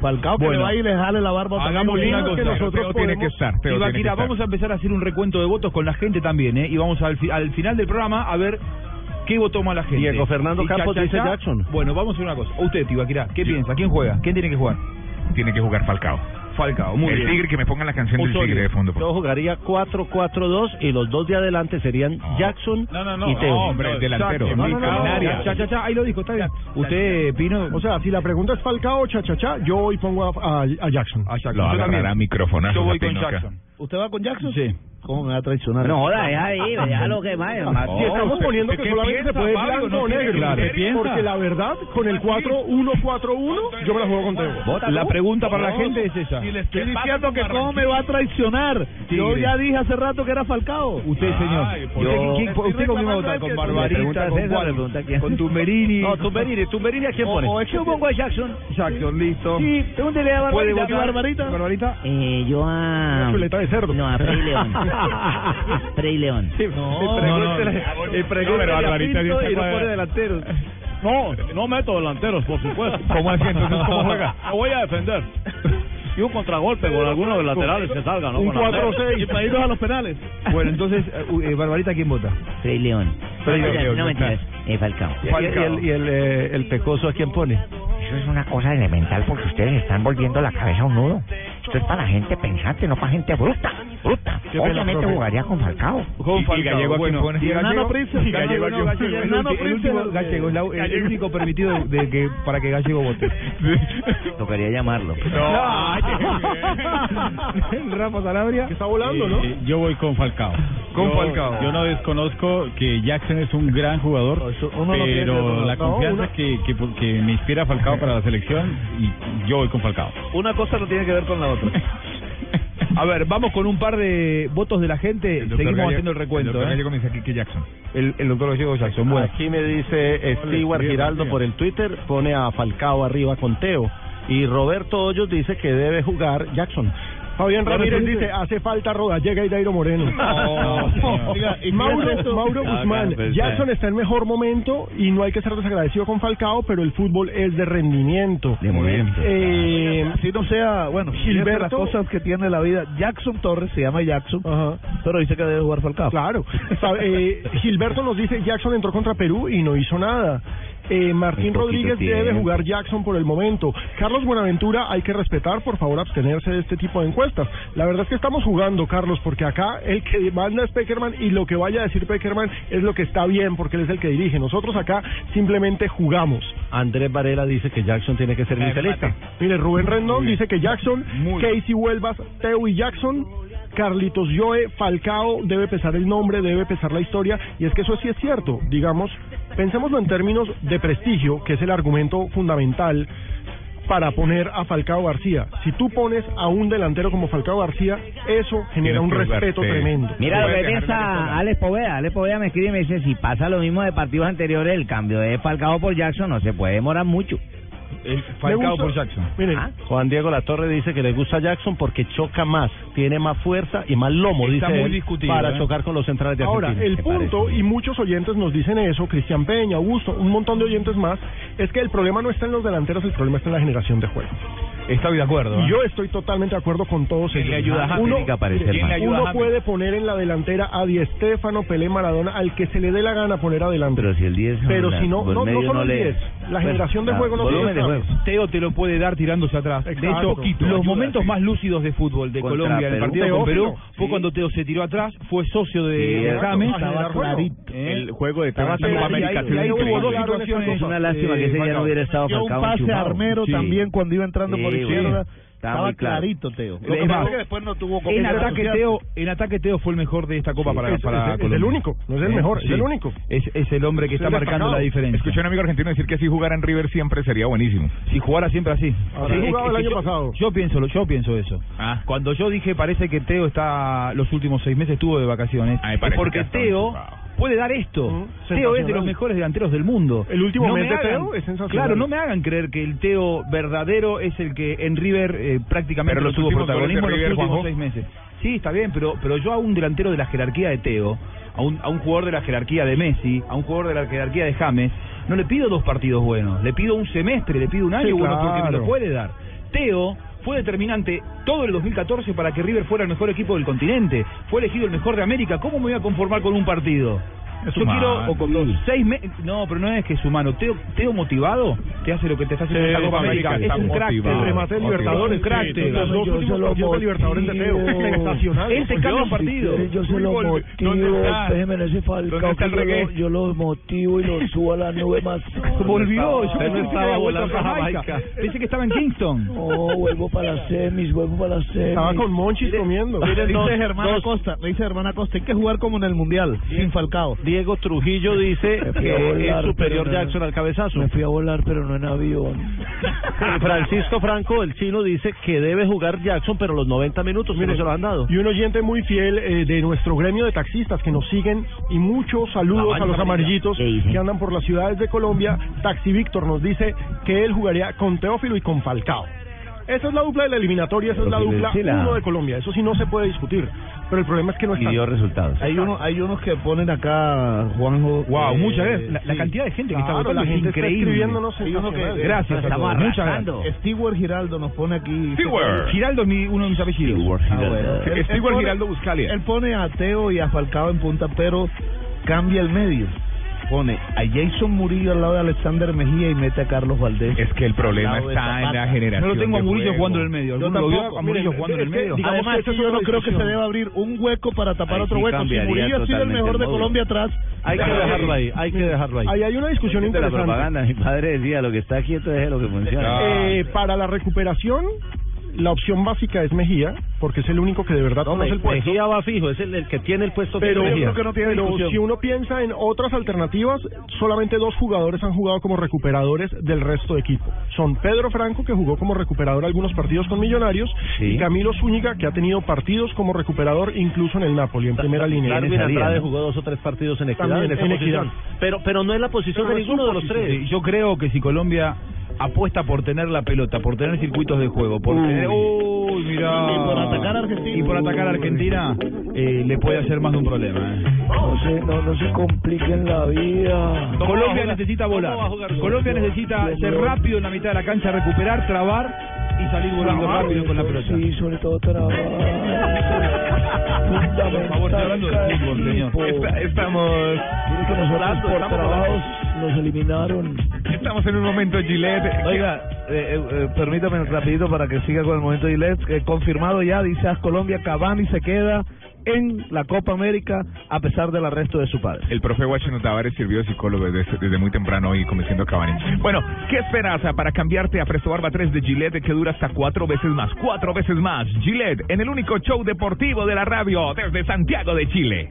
Falcao que
Bueno.
le vaya y le jale la barba. a Otamendi.
Hagamos una
Menos
cosa.
que nosotros podemos-
Y Baquira, vamos a empezar a hacer un recuento de votos con la gente también, ¿eh? Y vamos al, fi- al final del programa a ver qué votó más la gente.
Diego Fernando
Y
Campos
cha, cha,
dice
cha.
Jackson.
Bueno, vamos a hacer una cosa. Usted, Tibaquirá, ¿qué piensa? ¿Quién juega? ¿Quién tiene que jugar?
Tiene que jugar Falcao.
Falcao, muy
el
bien.
Tigre, que me pongan la canción del
Osorio.
Tigre de fondo. por
Yo jugaría 4-4-2 y los dos de adelante serían Jackson y Teo.
No, no, no, no,
Canaria.
no.
Cha, cha, cha, ahí lo dijo, está bien. Usted, Pino.
O sea, si la pregunta es Falcao, cha, cha, cha, yo hoy pongo a, a- a Jackson. A
Lo agarrará microfonazo.
Yo voy
esa
con
pinoca.
Jackson.
¿Usted va con Jackson? Sí. ¿Cómo me va a traicionar?
No, joda, deja de ir, déjalo que vaya, hermano.
Si estamos
usted-
poniendo que
¿qué
solamente se
piensa,
puede
Fabio?
blanco
No
o
tiene
negro.
criterio. ¿Qué piensa?
Porque la verdad, con el 4-1-4-1, yo me la juego con Teo.
La pregunta para la gente es esa.
Estoy diciendo que cómo me va a traicionar. Yo
Tigre.
ya dije hace rato que era Falcao.
Usted, señor.
Yo-
¿Usted, con ¿Usted con quién va a votar? ¿Con Barbarita? ¿Con Juan? ¿Con Tumberini?
No, Tumberini, Tumberini, ¿a quién pone?
Yo pongo a Jackson.
Jackson, listo.
Sí, pregúntele a
¿Puede
Barbarita.
votar Barbarita?
Eh, yo a...
Una chuleta de cerdo.
No, a Prey León. Prey León.
No, pregúntele- no, no. y pregúntele No, pero a Barbarita Pinto sí está y lo cuadrada. pone
delanteros.
No, no meto delanteros, por supuesto.
¿Cómo así, entonces, cómo juega?
Me voy a defender. Y un contragolpe con alguno de los laterales que salga, ¿no?
Un
Con la-
4-6.
Y para irnos a los penales.
Bueno, entonces, eh, u- eh, Barbarita, ¿quién vota?
Prey León.
Frei
No,
León,
No
ya
mentiras, eh, Falcao.
Falcao.
el, eh, el pecoso a quién pone?
Eso es una cosa elemental porque ustedes están volviendo la cabeza a un nudo.
Esto es para gente pensante, no para gente bruta. Bruta.
Qué pena,
Obviamente
profe.
jugaría con Falcao.
Con Falcao, bueno, y el Nano Prince, el Gallego
aquí.
aquí, el ulti- el último Gallego, la- el único permitido de que para que Gallego vote.
Tocaría llamarlo.
Rafa Sanabria. Que está volando,
Eh, eh, yo voy con Falcao.
Con
Yo-
Falcao.
Yo no desconozco que Jackson es un gran jugador,
uno no tiene que
pero
reconocer-
la
no,
confianza
uno-
que, que, que me inspira Falcao para la selección, y yo voy con Falcao.
Una cosa no tiene que ver con la otra. A ver, vamos con un par de votos de la gente.
El doctor
Seguimos
Gallego-
haciendo el recuento.
el doctor
¿eh?
Gallego me dice aquí que Jackson.
El, el doctor Gallego Jackson. Bueno.
Aquí me dice Stewart Giraldo por el Twitter, pone a Falcao arriba con Teo. Y Roberto Hoyos dice que debe jugar Jackson.
Fabián Ramírez dice, hace falta Rodallega y Dairo Moreno.
No,
Oiga, y
fíjate
Mauro,
esto.
Mauro
Ah,
Guzmán,
claro, pues,
Jackson
ya.
está en mejor momento y no hay que ser desagradecido con Falcao, pero el fútbol es de rendimiento. De
movimiento.
Eh,
si no sea, bueno, Gilberto, las
Gilberto,
cosas que tiene la vida. Jackson Torres se llama Jackson, pero dice que debe jugar Falcao.
Claro. sabe, eh, Gilberto nos dice, Jackson entró contra Perú y no hizo nada. Eh, Martín
Un poquito
Rodríguez debe
tiempo.
jugar Jackson por el momento. Carlos Buenaventura, hay que respetar, por favor, abstenerse de este tipo de encuestas. La verdad es que estamos jugando, Carlos, porque acá el que manda es Peckerman y lo que vaya a decir Peckerman es lo que está bien, porque él es el que dirige. Nosotros acá simplemente jugamos.
Andrés Varela dice que Jackson tiene que ser inicialista.
Mire, Rubén Rendón dice que Jackson, Casey Huelvas, Teo y Jackson, Carlitos Joe, Falcao, debe pesar el nombre, debe pesar la historia, y es que eso sí es cierto, digamos, pensémoslo en términos de prestigio, que es el argumento fundamental para poner a Falcao García. Si tú pones a un delantero como Falcao García, eso genera un respeto tremendo.
Mira lo que piensa Alex Poveda. Alex Poveda me escribe y me dice, si pasa lo mismo de partidos anteriores, el cambio de Falcao por Jackson no se puede demorar mucho.
Falcao
gusta-
por Jackson.
Miren,
Ah,
Juan Diego Latorre dice que le gusta Jackson porque choca más, tiene más fuerza y más lomo,
Está
dice
muy
él,
discutido,
para
¿eh?
chocar con los centrales de
Ahora,
Argentina.
el punto, y muchos oyentes nos dicen eso, Cristian Peña, Augusto, un montón de oyentes más, es que el problema no está en los delanteros, el problema está en la generación de juego.
Estoy de acuerdo. ¿eh?
Y yo estoy totalmente de acuerdo con todos
¿Quién
ellos.
le ayuda a
uno,
James? ¿Quién le ayuda a
uno
James?
puede poner en la delantera a Di Stéfano, Pelé, Maradona, al que se le dé la gana poner adelante.
Pero si el 10...
Pero
la-
si no,
por
no, no
medio
solo el
le-
10, la
Pues,
generación de
la-
juego no tiene
volumen de
tabla.
juego.
Teo te lo puede dar tirándose atrás. de
Exacto.
hecho,
Poquito,
los
ayuda,
momentos más lúcidos de fútbol de
Contra
Colombia en el
Perú.
partido con Perú
Teófilo,
fue cuando Teo se tiró atrás, fue socio
Sí,
de
exacto,
James.
a generar juego.
¿Eh? El juego de
Estaba
Copa
claro, y
América.
ahí-
se
y ahí
tuvo dos
hubo dos
situaciones. Eh,
situaciones.
Es una lástima que ese día no hubiera estado
Dio Eh, un
Falcao
pase a
enchufado.
Armero
Sí.
también cuando iba entrando por
Sí,
izquierda.
bueno. Estaba
Estaba
muy claro.
clarito, Teo.
Lo que pasa es que
después no tuvo
En ataque, Teo, en ataque Teo fue el mejor de esta Copa
Sí,
para,
es-
para
es- es
Colombia. Eh,
el único,
no es el mejor, es el único.
Es, es el hombre que está marcando la diferencia.
Escuché a un amigo argentino decir que si jugara en River siempre sería buenísimo.
Si jugara siempre así.
Ahora,
Sí,
él
es
jugaba
que-
el
es que
año
yo-
pasado.
Yo pienso, lo- yo pienso eso.
Ah.
Cuando yo dije parece que Teo está los últimos seis meses estuvo de vacaciones,
Ah, me parece
es porque
que está
Teo
enchufado.
puede dar esto.
Mm,
Teo es de
Mm, sensacional.
los mejores delanteros del mundo.
El último
me
mes de
hagan-
Teo es sensacional.
Claro, no me hagan creer que el Teo verdadero es el que en River eh, prácticamente
Pero
no
los
tuvo
últimos
protagonismo
goles de
los
River,
últimos seis meses. Sí, está bien, pero pero yo a un delantero de la jerarquía de Teo, a un, a un jugador de la jerarquía de Messi, a un jugador de la jerarquía de James, no le pido dos partidos buenos, le pido un semestre, le pido un año
Sí,
bueno porque me
claro.
lo puede dar. Teo fue determinante todo el 2014 para que River fuera el mejor equipo del continente, fue elegido el mejor de América, ¿cómo me voy a conformar con un partido?
Es
Yo
humano.
quiero o con los seis meses. No, pero no es que es humano. Teo, Teo motivado te hace lo que te está haciendo en la Copa América.
América
Es
está
un crack.
motivado,
Teo.
remate de Libertadores,
Es un crack.
sí,
Teo.
los dos
Yo
últimos
se lo
partidos de
motivo.
Libertadores de Teo. Sensacional.
Él te cambia un partido.
Yo se lo
Fútbol,
motivo,
¿dónde está?
déjeme en ese Falcao,
¿Dónde está el
que yo lo-
reggae?
yo lo motivo y lo subo a la nube más.
Volvió. Yo pensé que
no
había vuelto a Jamaica. Pensé que estaba en Kingston.
No, vuelvo para las semis, vuelvo para las semis.
Estaba con Monchis comiendo.
dos-
dice Germán
dos-
Acosta, le dice Germán Acosta, hay que jugar como en el Mundial, sin Falcao.
Diego Trujillo dice
Me fui a
que
volar,
es superior
pero no-
Jackson al cabezazo.
Me fui a volar, pero no en avión.
Y Francisco Franco, el chino, dice que debe jugar Jackson, pero los 90 minutos que no se lo han dado.
Y un oyente muy fiel eh, de nuestro gremio de taxistas que nos siguen y muchos saludos
La
a los
mancha
amarillitos que andan por las ciudades de Colombia. Taxi Víctor nos dice que él jugaría con Teófilo y con Falcao. Esa es la dupla de la eliminatoria, esa es la
Pero que
dupla
sí la-
uno de Colombia. Eso sí no se puede discutir. Pero el problema es que no
Y
está.
dio resultados.
Hay, uno, hay unos que ponen acá, Juanjo.
Wow,
eh,
muchas gracias. La, la
sí.
cantidad de gente que
Claro,
está votando
la
es
gente está
increíble.
escribiéndonos
Hay uno que-
sensacional.
Gracias a
Estamos
todos. Muchas
arrasando.
gracias.
Stewart Giraldo nos pone aquí.
Stewart.
Giraldo es mi- uno de mis apellidos.
Ah, bueno. Él- él
Stewart
pone-
Giraldo Buscalia.
Él pone a Teo y a Falcao en punta, pero cambia el medio. pone a Jason Murillo al lado de Alexander Mejía y mete a Carlos Valdés.
Es que el problema
al lado de
está en
Zapata.
la generación.
No lo tengo a
de
Murillo
juego.
jugando en el medio.
Yo
¿Alguno lo vio
tampoco.
a Murillo
Miren,
jugando en
es
el
que,
medio?
digamos
Además,
que esa es
yo
otra
no creo que se
discusión.
deba abrir un hueco para tapar
Ahí
otro
sí
hueco. Si
cambiaría
Murillo ha sido el
totalmente
mejor
el
de
módulo.
Colombia atrás,
Hay que dejarlo ahí,
hay que dejarlo
Ahí hay una discusión
De la
interesante.
propaganda, mi padre decía, lo que está quieto es lo que funciona.
Eh, para la recuperación, la opción básica es Mejía, porque es el único que de verdad conoce el puesto.
Mejía va fijo, es el, el que tiene el puesto
Pero,
fijo.
pero si uno piensa en otras alternativas, solamente dos jugadores han jugado como recuperadores del resto de equipo. Son Pedro Franco, que jugó como recuperador algunos partidos con Millonarios,
Sí.
y Camilo Zúñiga, que ha tenido partidos como recuperador incluso en el Napoli, en primera línea.
Darwin Andrade jugó dos o tres partidos en Equidad, en
También
esa
en
posición.
Equidad.
Pero, pero no es la posición
Pero
de
es
ninguno de los
suposición.
tres.
Sí, Yo creo que si Colombia apuesta por tener la pelota, por tener circuitos de juego, por tener... Uy, mirá.
Y por atacar a Argentina.
Y por atacar a Argentina, eh, le puede hacer más de un problema. eh.
No se, no, no se compliquen la vida.
Colombia necesita volar. Colombia necesita ser rápido en la mitad de la cancha, recuperar, trabar y salir volando rápido con la pelota.
Sí, sobre todo trabajar.
Por favor, estoy hablando de fútbol, señor.
Estamos,
Mire que nosotros por trabajos nos eliminaron.
estamos en un momento, Gillette.
Oiga, eh, eh, eh, permítame rapidito para que siga con el momento de Gillette. Eh, confirmado ya, dice AS Colombia, Cavani se queda en la Copa América a pesar del arresto de su padre.
El profe Washington Tavares sirvió de psicólogo desde, desde muy temprano y comenzando a Cavani. Bueno, ¿qué esperas ah, para cambiarte a Presto Barba 3 de Gillette que dura hasta cuatro veces más? Cuatro veces más. Gillette, en el único show deportivo de la radio desde Santiago de Chile.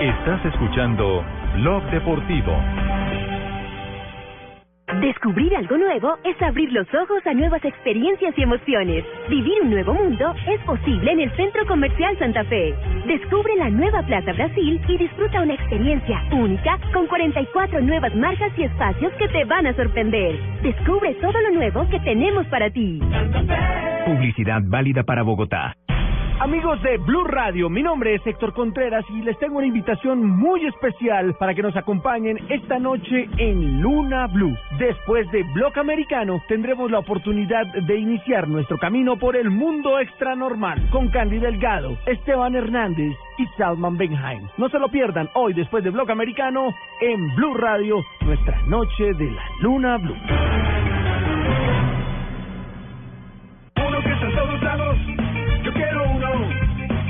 Estás escuchando Blog Deportivo.
Descubrir algo nuevo es abrir los ojos a nuevas experiencias y emociones. Vivir un nuevo mundo es posible en el Centro Comercial Santa Fe. Descubre la nueva Plaza Brasil y disfruta una experiencia única con 44 nuevas marcas y espacios que te van a sorprender. Descubre todo lo nuevo que tenemos para ti.
Publicidad válida para Bogotá.
Amigos de Blue Radio, mi nombre es Héctor Contreras y les tengo una invitación muy especial para que nos acompañen esta noche en Luna Blue. Después de Block Americano, tendremos la oportunidad de iniciar nuestro camino por el mundo extranormal con Candy Delgado, Esteban Hernández y Salman Benheim. No se lo pierdan hoy después de Block Americano en Blue Radio, nuestra noche de la Luna Blue.
Uno que está en todos lados, yo quiero uno.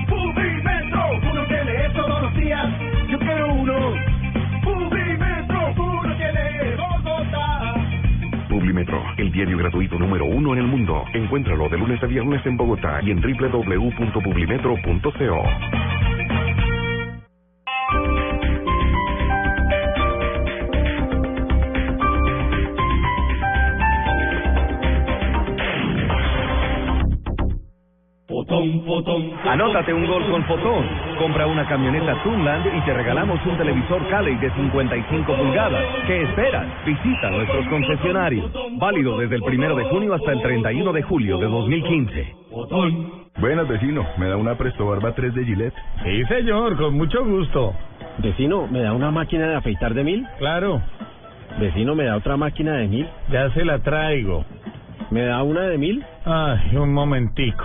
Pudimetro, uno que lee todos los días, yo quiero uno. Pudimetro, uno que lee Bogotá.
Publimetro, el diario gratuito número uno en el mundo. Encuéntralo de lunes a viernes en Bogotá y en www.publimetro.co.
Anótate un gol con Fotón. Compra una camioneta Tunland y te regalamos un televisor Cali de 55 pulgadas. ¿Qué esperas? Visita nuestros concesionarios. Válido desde el 1 de junio hasta el 31 de julio de 2015.
Buenas, vecino. ¿Me da una Presto Barba 3 de Gillette?
Sí, señor, con mucho gusto. Vecino, ¿me da una máquina de afeitar de mil? Claro. Vecino, ¿me da otra máquina de mil? Ya se la traigo. ¿Me da una de mil?
Ay, un momentico.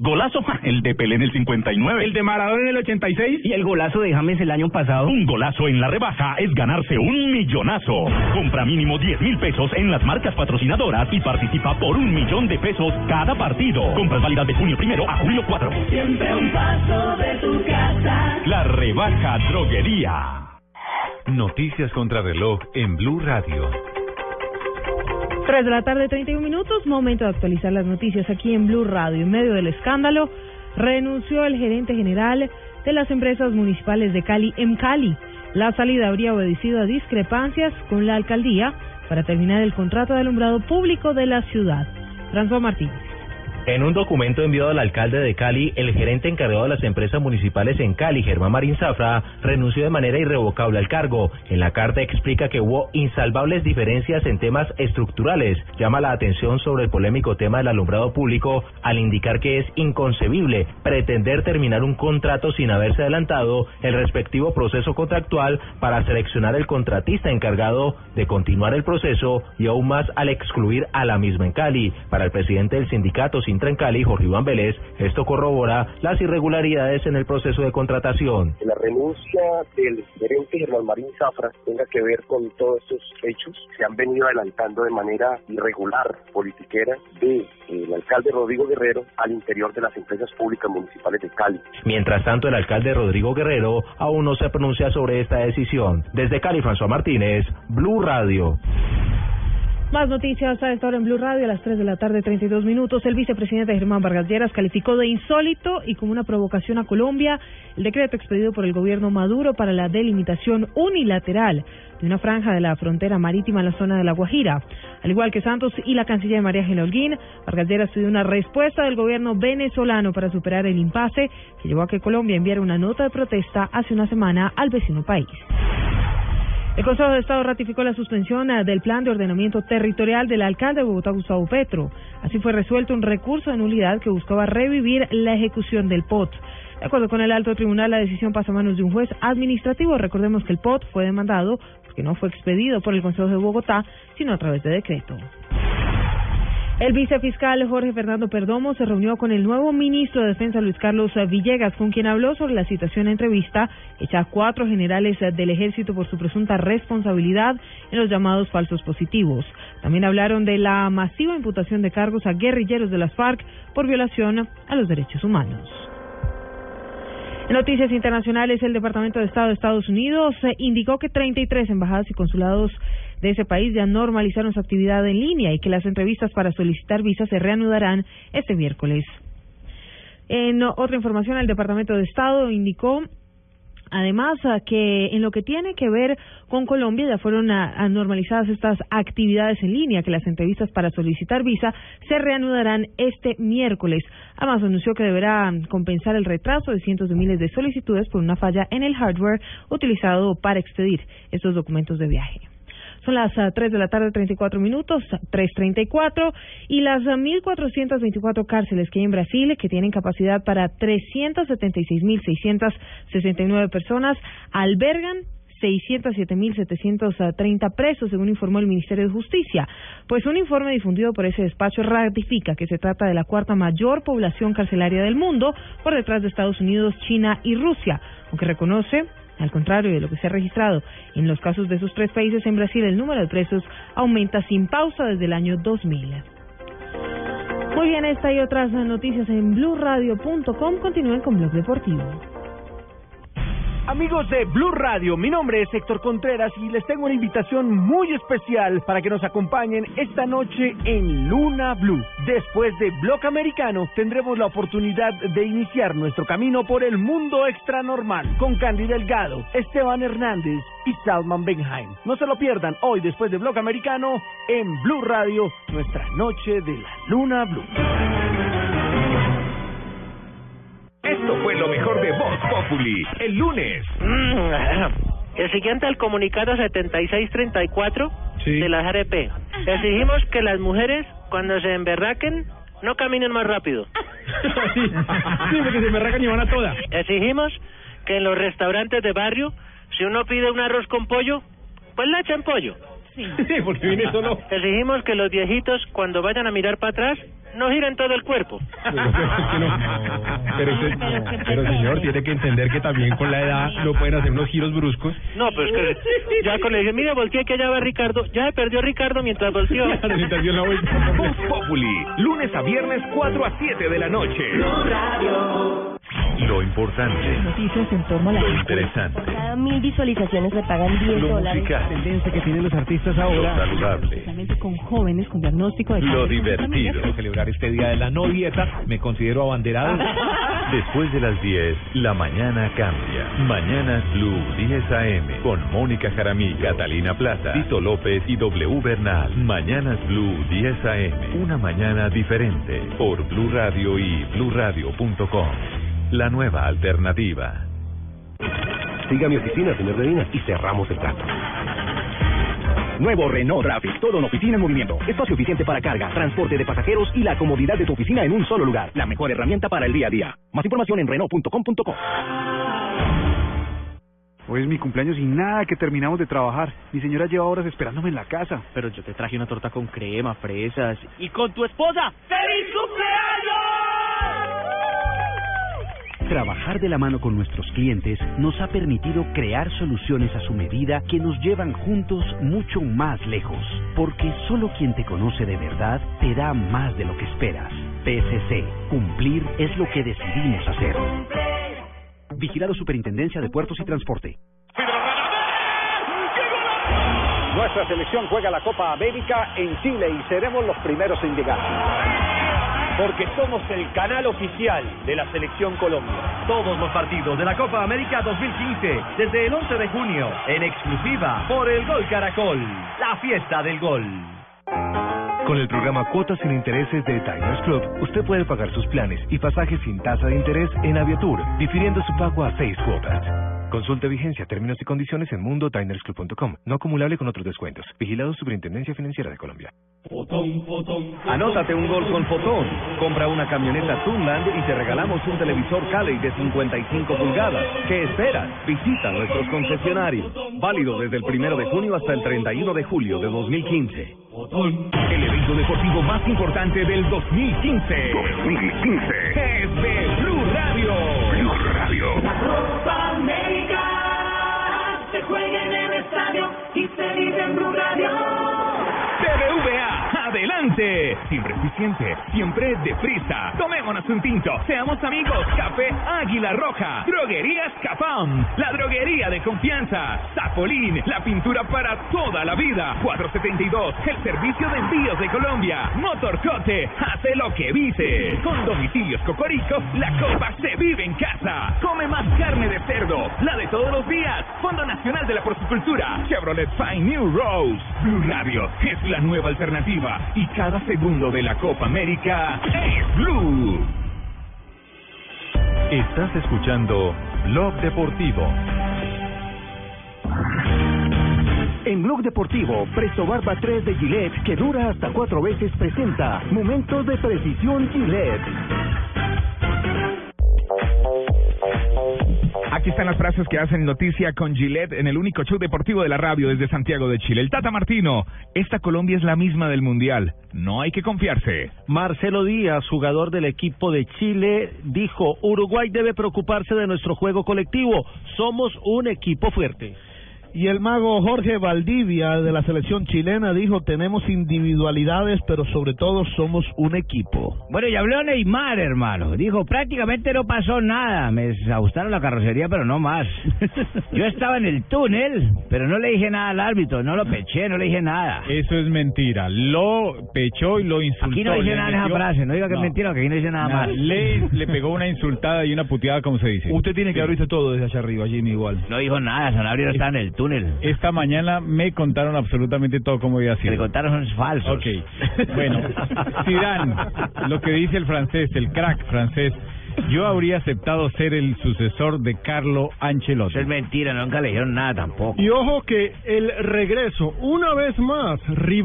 Golazo, ja, el de Pelé en el 59, el de Maradona en el 86 y el golazo de James el año pasado. Un golazo en la rebaja es ganarse un millonazo. Compra mínimo 10 mil pesos en las marcas patrocinadoras y participa por un millón de pesos cada partido. Compras válidas de junio primero a julio 4.
Siempre un paso de tu casa.
La rebaja droguería.
Noticias contra reloj en Blue Radio.
3 de la tarde, 31 minutos. Momento de actualizar las noticias aquí en Blue Radio. En medio del escándalo, renunció el gerente general de las empresas municipales de Cali, en Cali. La salida habría obedecido a discrepancias con la alcaldía para terminar el contrato de alumbrado público de la ciudad. François Martínez.
En un documento enviado al alcalde de Cali, el gerente encargado de las empresas municipales en Cali, Germán Marín Zafra, renunció de manera irrevocable al cargo. En la carta explica que hubo insalvables diferencias en temas estructurales. Llama la atención sobre el polémico tema del alumbrado público al indicar que es inconcebible pretender terminar un contrato sin haberse adelantado el respectivo proceso contractual para seleccionar el contratista encargado de continuar el proceso y aún más al excluir a la misma en Cali. Para el presidente del sindicato Sintra en Cali, Jorge Iván Vélez, esto corrobora las irregularidades en el proceso de contratación.
que la renuncia del gerente Germán Marín Zafra tenga que ver con todos estos hechos que han venido adelantando de manera irregular, politiquera, de eh, el alcalde Rodrigo Guerrero al interior de las empresas públicas municipales de Cali.
Mientras tanto, el alcalde Rodrigo Guerrero aún no se pronuncia sobre esta decisión. Desde Cali, François Martínez, Blue Radio.
Más noticias a esta hora en Blue Radio a las 3 de la tarde, 32 minutos. El vicepresidente Germán Vargas Lleras calificó de insólito y como una provocación a Colombia el decreto expedido por el gobierno Maduro para la delimitación unilateral de una franja de la frontera marítima en la zona de La Guajira. Al igual que Santos y la canciller María Ángel Holguín, Vargas Lleras pidió una respuesta del gobierno venezolano para superar el impasse que llevó a que Colombia enviara una nota de protesta hace una semana al vecino país. El Consejo de Estado ratificó la suspensión eh, del plan de ordenamiento territorial del alcalde de Bogotá, Gustavo Petro. Así fue resuelto un recurso de nulidad que buscaba revivir la ejecución del POT. De acuerdo con el alto tribunal, la decisión pasa a manos de un juez administrativo. Recordemos que el POT fue demandado porque no fue expedido por el Consejo de Bogotá, sino a través de decreto. El vicefiscal Jorge Fernando Perdomo se reunió con el nuevo ministro de Defensa Luis Carlos Villegas, con quien habló sobre la situación en entrevista hecha a cuatro generales del ejército por su presunta responsabilidad en los llamados falsos positivos. También hablaron de la masiva imputación de cargos a guerrilleros de las FARC por violación a los derechos humanos. En noticias internacionales, el Departamento de Estado de Estados Unidos eh, indicó que 33 embajadas y consulados de ese país ya normalizaron su actividad en línea y que las entrevistas para solicitar visas se reanudarán este miércoles. En otra información, el Departamento de Estado indicó Además, a que en lo que tiene que ver con Colombia ya fueron a- a normalizadas estas actividades en línea, que las entrevistas para solicitar visa se reanudarán este miércoles. Además, anunció que deberá ah, compensar el retraso de cientos de miles de solicitudes por una falla en el hardware utilizado para expedir estos documentos de viaje. Son las ah, 3 de la tarde, 34 minutos, 3.34, y las ah, 1.424 cárceles que hay en Brasil, que tienen capacidad para 376.669 personas, albergan 607.730 presos, según informó el Ministerio de Justicia. Pues un informe difundido por ese despacho ratifica que se trata de la cuarta mayor población carcelaria del mundo, por detrás de Estados Unidos, China y Rusia, aunque reconoce al contrario de lo que se ha registrado en los casos de esos tres países, en Brasil el número de presos aumenta sin pausa desde el año 2000. Muy bien, esta y otras noticias en blueradio.com. Continúen con Blog Deportivo.
Amigos de Blue Radio, mi nombre es Héctor Contreras y les tengo una invitación muy especial para que nos acompañen esta noche en Luna Blue. Después de Block Americano, tendremos la oportunidad de iniciar nuestro camino por el mundo extranormal con Candy Delgado, Esteban Hernández y Salman Benheim. No se lo pierdan hoy después de Block Americano en Blue Radio, nuestra noche de la Luna Blue.
Esto fue lo mejor de Voz Populi. El lunes.
Mm. El siguiente al comunicado 7634 de la JRP. Exigimos que las mujeres, cuando se emberraquen, no caminen más rápido. sí, porque se emberracan y van a toda. Exigimos que en los restaurantes de barrio, si uno pide un arroz con pollo, pues le echen pollo. Sí, porque viene solo. Exigimos que los viejitos, cuando vayan a mirar para atrás, no giren todo el cuerpo.
Pero, se- pero, señor, tiene que entender que también con la edad no pueden hacer unos giros bruscos.
No, pero es que ya con le dije, mire, volteé que allá va Ricardo. Ya se perdió Ricardo mientras volteó.
Voz Populi. Lunes a viernes, 4 a 7 de la noche.
Blue Radio. Lo importante.
Noticias en torno a la
Lo interesante.
Por cada mil visualizaciones le pagan 10
Lo
dólares.
musical.
tendencia que tienen los artistas
Lo saludable.
Especialmente con jóvenes con diagnóstico de
Lo
cáncer.
divertido.
Celebrar este día de la no dieta, me considero abanderado.
Después de las 10, la mañana cambia. Mañanas Blue 10 AM con Mónica Jaramillo, Catalina Plata, Tito López y W Bernal. Mañanas Blue 10 AM, una mañana diferente por Blue Radio y bluradio.com. La nueva alternativa.
Siga mi oficina, señor Medina, y cerramos el trato. Nuevo Renault Traffic, todo en oficina en movimiento. Espacio eficiente para carga, transporte de pasajeros y la comodidad de tu oficina en un solo lugar. La mejor herramienta para el día a día. Más información en Renault.com.co.
Hoy es mi cumpleaños y nada que terminamos de trabajar. Mi señora lleva horas esperándome en la casa. Pero yo te traje una torta con crema, fresas.
y con tu esposa. ¡Feliz cumpleaños!
Trabajar de la mano con nuestros clientes nos ha permitido crear soluciones a su medida que nos llevan juntos mucho más lejos, porque solo quien te conoce de verdad te da más de lo que esperas. PSC, cumplir es lo que decidimos hacer. Vigilado Superintendencia de Puertos y Transporte.
Nuestra selección juega la Copa América en Chile y seremos los primeros en llegar. Porque somos el canal oficial de la selección Colombia.
Todos los partidos de la Copa América 2015, desde el 11 de junio, en exclusiva por el Gol Caracol, la fiesta del gol.
Con el programa Cuotas sin Intereses de Diners Club, usted puede pagar sus planes y pasajes sin tasa de interés en Aviatur, difiriendo su pago a seis cuotas. Consulte vigencia, términos y condiciones en mundotinersclub.com, no acumulable con otros descuentos. Vigilado Superintendencia Financiera de Colombia.
Anótate un gol con Fotón. Compra una camioneta Tunland y te regalamos un televisor Cali de 55 pulgadas. ¿Qué esperas? Visita nuestros concesionarios. Válido desde el 1 de junio hasta el 31 de julio de 2015.
El evento deportivo más importante del 2015.
2015.
Es de Blue Radio. Blue Radio.
Copa América se juega en el estadio y se vive en Blue Radio.
BBVA, adelante. Siempre eficiente, siempre deprisa. Tomémonos un tinto, seamos amigos. Café Águila Roja, Droguerías Capam, la droguería de confianza. Zapolín, la pintura para toda la vida. 472, el servicio de envíos de Colombia. Motorcote, hace lo que dice. Con domicilios Cocorico, la copa se vive en casa. Come más carne de cerdo, la de todos los días. Fondo Nacional de la Porcicultura, Chevrolet Fine New Rose. Blue Radio es la nueva alternativa y cada segundo de la Copa América es Blue.
Estás escuchando Blog Deportivo.
En Blog Deportivo, Presto Barba 3 de Gillette, que dura hasta cuatro veces, presenta Momentos de Precisión Gillette.
Aquí están las frases que hacen noticia con Gillette en el único show deportivo de la radio desde Santiago de Chile. El Tata Martino, esta Colombia es la misma del Mundial. No hay que confiarse.
Marcelo Díaz, jugador del equipo de Chile, dijo, Uruguay debe preocuparse de nuestro juego colectivo. Somos un equipo fuerte.
Y el mago Jorge Valdivia de la selección chilena dijo, tenemos individualidades, pero sobre todo somos un equipo.
Bueno, y habló Neymar, hermano. Dijo, prácticamente no pasó nada. Me ajustaron la carrocería, pero no más. Yo estaba en el túnel, pero no le dije nada al árbitro. No lo peché, no le dije nada.
Eso es mentira. Lo pechó y lo insultó.
Aquí no dice
Le
nada en esa
metió-
frase. No diga que es mentira, que aquí no dice nada
Nada.
más.
Le, le pegó una insultada y una puteada, como se dice.
Usted tiene que haber visto todo desde allá arriba, Jimmy, igual.
No dijo nada, Sanabria no estaba en el túnel.
Esta mañana me contaron absolutamente todo como había sido. Me
contaron falsos.
Ok. Bueno, Zidane, lo que dice el francés, el crack francés. Yo habría aceptado ser el sucesor de Carlo Ancelotti. Eso es
mentira, nunca le dijeron nada tampoco.
Y ojo que el regreso, una vez más,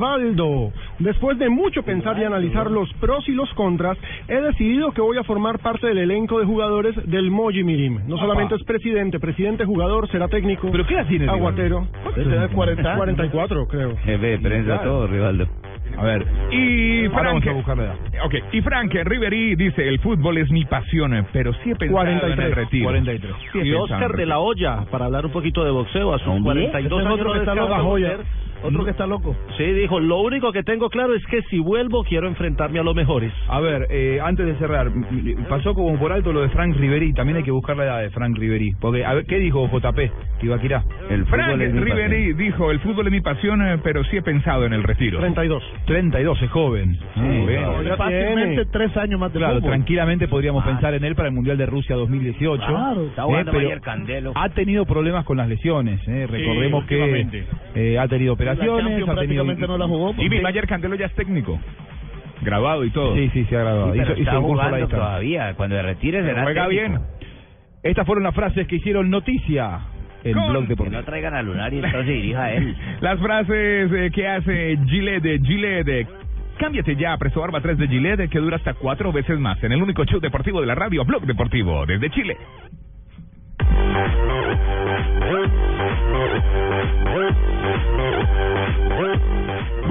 Rivaldo, después de mucho pensar y analizar los pros y los contras, he decidido que voy a formar parte del elenco de jugadores del Moji Mirim. No Papá. solamente es presidente, presidente jugador, será técnico. ¿Pero qué edad
tiene Rivaldo?
Aguatero.
Debe tener 40.
44, creo.
Jefe de
prensa, todo,
Rivaldo.
A ver.
Y
Ahora
Frank,
vamos a buscar la edad.
Ok, y Frank Riveri dice, el fútbol es mi pasión, eh, pero sí he pensado en el retiro.
43.
Sí he
y
pensado en
Oscar
el
de la Hoya, para hablar un poquito de boxeo, a sus 42
Ese es
años
Este
otro
no
que está
descansa
bajo
por
ya.
ser
Otro que está loco.
Sí, dijo, lo único que tengo claro es que si vuelvo quiero enfrentarme a los mejores.
A ver, eh, antes de cerrar, m- m- pasó como por alto lo de Frank Riveri, también hay que buscar la edad de Frank Riveri, porque a ver, ¿qué dijo JP Tibaquirá?
El Frank Riveri dijo, el fútbol es mi pasión, eh, pero sí he pensado en el retiro.
32.
32, es joven. Ah, Muy bien.
Fácilmente tres años más de
Claro,
fútbol.
tranquilamente podríamos pensar en él para el Mundial de Rusia 2018.
Claro, está jugando
eh, pero
Mayer Candelo.
Ha tenido problemas con las lesiones. eh, Recordemos que
últimamente.
eh, ha tenido operaciones,
Champions
ha tenido.
prácticamente no la jugó porque-
Y Mayer Candelo ya es técnico. Grabado y todo. Sí, sí, se ha grabado.
Sí, pero
Hizo- hizo
está
un curso a la
jugando
distancia.
todavía. Cuando se retire será
Juega
técnico.
bien. Estas fueron las frases que hicieron noticia en
Con- Que
Blog
no
Deportivo.
traigan a Lunari, entonces dirija a él.
Las frases eh, que hace Gillette, Gillette. Cámbiate ya a Presto Barba 3 de Gillette que dura hasta cuatro veces más en el único show deportivo de la radio, Blog Deportivo, desde Chile.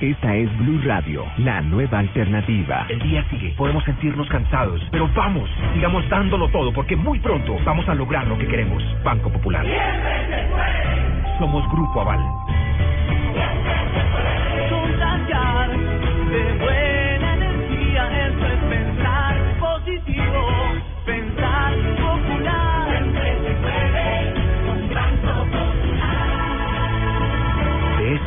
Esta es Blue Radio, la nueva alternativa.
El día sigue, podemos sentirnos cansados, pero vamos, sigamos dándolo todo porque muy pronto vamos a lograr lo que queremos. Banco Popular. Somos Grupo Aval.
Contagiar de buena energía, eso es pensar positivo, pensar popular. Siempre se puede con Banco
De eso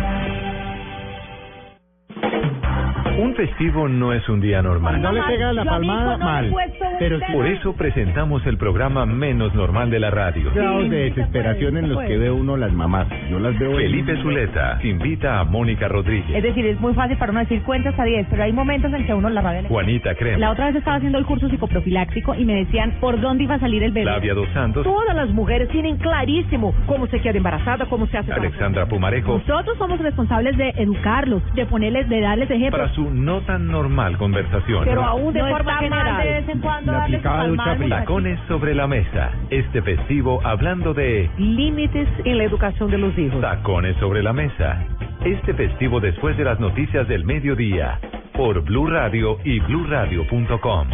Un festivo no es un día normal.
No le pega la Yo a mi hijo palmada, no mal. le he puesto un Pero- dedo.
por eso presentamos el programa menos normal de la radio.
grados de desesperación en los que ve uno las mamás. Yo las veo.
Felipe Zuleta invita a Mónica Rodríguez,
Es decir, es muy fácil para uno decir cuentas a 10, pero hay momentos en que a uno la rabia le-
Juanita
La
Crema,
otra vez estaba haciendo el curso psicoprofiláctico y me decían por dónde iba a salir el bebé.
Flavia Dos Santos,
Todas las mujeres tienen clarísimo cómo se queda embarazada, cómo se hace.
Alexandra Pumarejo,
Nosotros somos responsables de educarlos, de ponerles, de darles ejemplos.
para su no tan normal conversación.
no está mal de vez en cuando darles su palmada.
Tacones sobre la mesa. Este festivo hablando de
Límites en la educación de los hijos.
Tacones sobre la mesa. Este festivo después de las noticias del mediodía por Blue Radio y BlueRadio.com.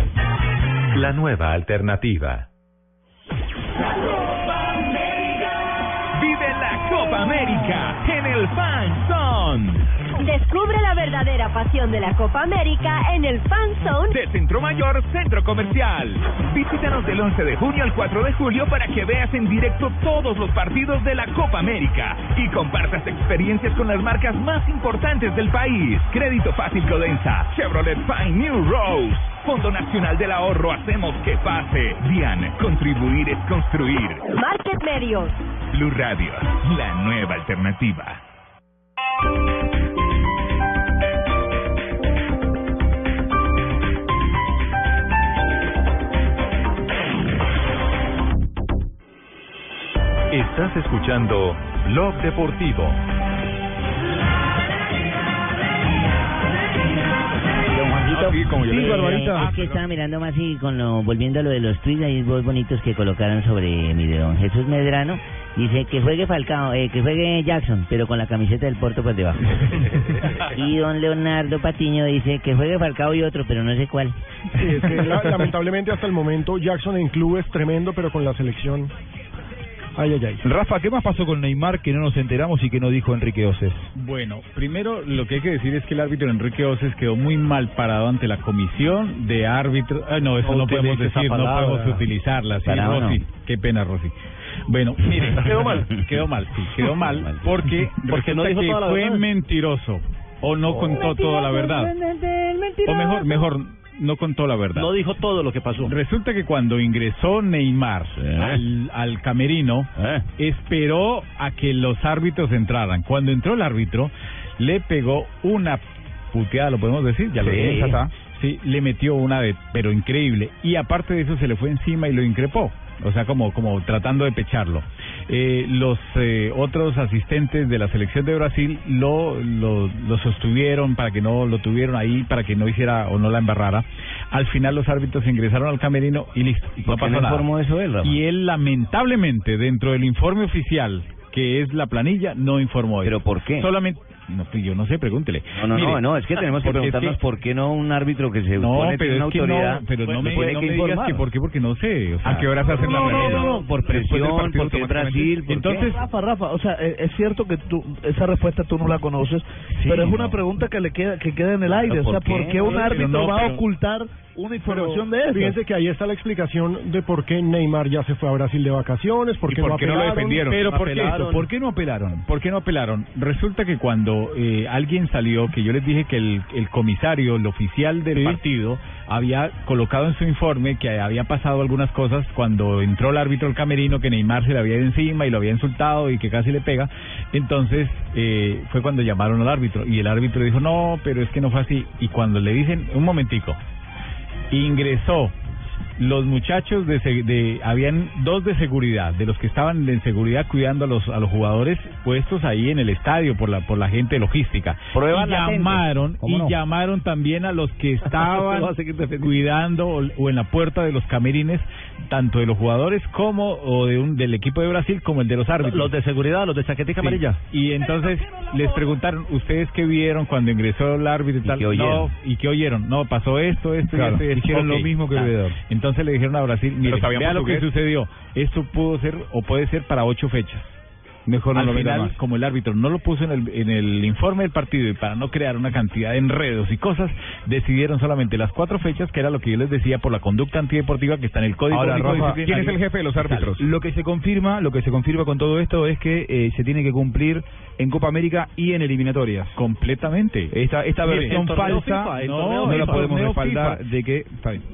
La nueva alternativa.
Vive la Copa América en el Fan Zone.
Descubre la verdadera pasión de la Copa América en el Fan Zone
de Centro Mayor Centro Comercial. Visítanos del 11 de junio al 4 de julio para que veas en directo todos los partidos de la Copa América y compartas experiencias con las marcas más importantes del país. Crédito Fácil Codensa, Chevrolet Pine New Rose, Fondo Nacional del Ahorro, hacemos que pase. Dian, contribuir es construir.
Market Medios.
Blue Radio, la nueva alternativa.
Estás escuchando Blog Deportivo.
Don Juanito,
así como yo le- Ah,
Aquí estaba mirando más y con lo, volviendo a lo de los tweets, hay dos bonitos que colocaron sobre mi de don Jesús Medrano. Dice que juegue Falcao, eh, que juegue Jackson, pero con la camiseta del Porto por debajo. y don Leonardo Patiño dice que juegue Falcao y otro, pero no sé cuál.
Sí, es que la- lamentablemente hasta el momento Jackson en club es tremendo, pero con la selección. Ay, ay, ay.
Rafa, ¿qué más pasó con Neymar que no nos enteramos y que no dijo Enrique Oces?
Bueno, primero lo que hay que decir es que el árbitro Enrique Oces quedó muy mal parado ante la comisión de árbitros. Ah, no, eso No no, podemos utilice esa decir, no palabra. podemos utilizarla. Sí, Parado, Rosy, no. qué pena, Rosy. Bueno, mire, quedó mal, quedó mal, sí, quedó mal, porque, Porque no resulta dijo que toda la fue verdad. mentiroso o no contó toda la verdad. O mejor, mejor, no contó la verdad. No dijo todo lo que pasó. Eh. Resulta que cuando ingresó Neymar al, al camerino, esperó a que los árbitros entraran. Cuando entró el árbitro, le pegó una puteada, lo podemos decir, ya lo
Sí.
dije, ya está. Sí, le metió una de, pero increíble. Y aparte de eso, se le fue encima y lo increpó. O sea, como, como tratando de pecharlo. Eh, los eh, otros asistentes de la selección de Brasil lo, lo, lo sostuvieron para que no lo tuvieron ahí, para que no hiciera o no la embarrara. Al final los árbitros ingresaron al camerino y listo. No
¿Por qué
pasó
no
nada.
informó eso él, Rafa?
y él lamentablemente dentro del informe oficial que es la planilla no informó. ¿Pero por qué? Solamente no, pues yo no sé, pregúntele.
No, no,
Mire,
no, no, es que tenemos que
porque es
preguntarnos por qué no un árbitro que se
no,
supone
pero
tiene una
es que
autoridad.
no, pero
pues,
no
se
me,
tiene
no
que
me digas
informar.
que por qué, porque no sé. o sea,
¿A qué horas hacen la
No, no,
reunión?
no, no, por presión, porque es Brasil,
¿por qué?
entonces-
Rafa, Rafa, o sea, e- es cierto que tú esa respuesta tú no la conoces, pero es una pregunta que le queda que queda en el aire, o sea, ¿por qué, un árbitro va a ocultar una información de eso?
Fíjense que ahí está la explicación de por qué Neymar ya se fue a Brasil de vacaciones, por qué,
por
no,
qué no lo
apelaron.
defendieron? Pero ¿por qué esto? ¿Por qué no apelaron? ¿Por qué no apelaron? Resulta que cuando eh, alguien salió, que yo les dije que el, el comisario, el oficial del partido, había colocado en su informe que había pasado algunas cosas cuando entró el árbitro al camerino, que Neymar se le había ido encima y lo había insultado y que casi le pega. Entonces eh, fue cuando llamaron al árbitro y el árbitro dijo, no, pero es que no fue así. Y cuando le dicen, un momentico, ingresó los muchachos de, se- de habían dos de seguridad de los que estaban de seguridad cuidando a los a los jugadores puestos ahí en el estadio por la por la gente de logística
Prueba
y
latente.
llamaron
¿Cómo
y
no?
llamaron también a los que estaban
Lo va a seguir defendiendo.
cuidando o, o en la puerta de los camerines tanto de los jugadores como o de un del equipo de Brasil como el de los árbitros
Los de seguridad, los de chaquetica
Sí.
amarilla.
Y entonces les preguntaron, ¿ustedes qué vieron cuando ingresó el árbitro y tal?
qué oyeron?
No, ¿y qué oyeron? No, pasó esto, esto
Claro,
y esto.
hicieron lo mismo que el
veedor.
veedor.
Entonces le dijeron a Brasil, mire,
sabían
vea lo que
portugués.
sucedió. Esto pudo ser o puede ser para ocho fechas.
Mejor no
Al
lo meta
final,
más.
como el árbitro no lo puso en el, en el informe del partido y para no crear una cantidad de enredos y cosas, decidieron solamente las cuatro fechas, que era lo que yo les decía por la conducta antideportiva que está en el código.
Ahora,
Único
Rafa,
Disciplinario.
Lo que se confirma, lo que se confirma con todo esto es que eh, se tiene que cumplir en Copa América y en eliminatorias.
Completamente.
Esta esta
Mire,
versión
el torneo
falsa
FIFA, el torneo
no, no la
FIFA,
podemos
torneo
respaldar
FIFA.
de que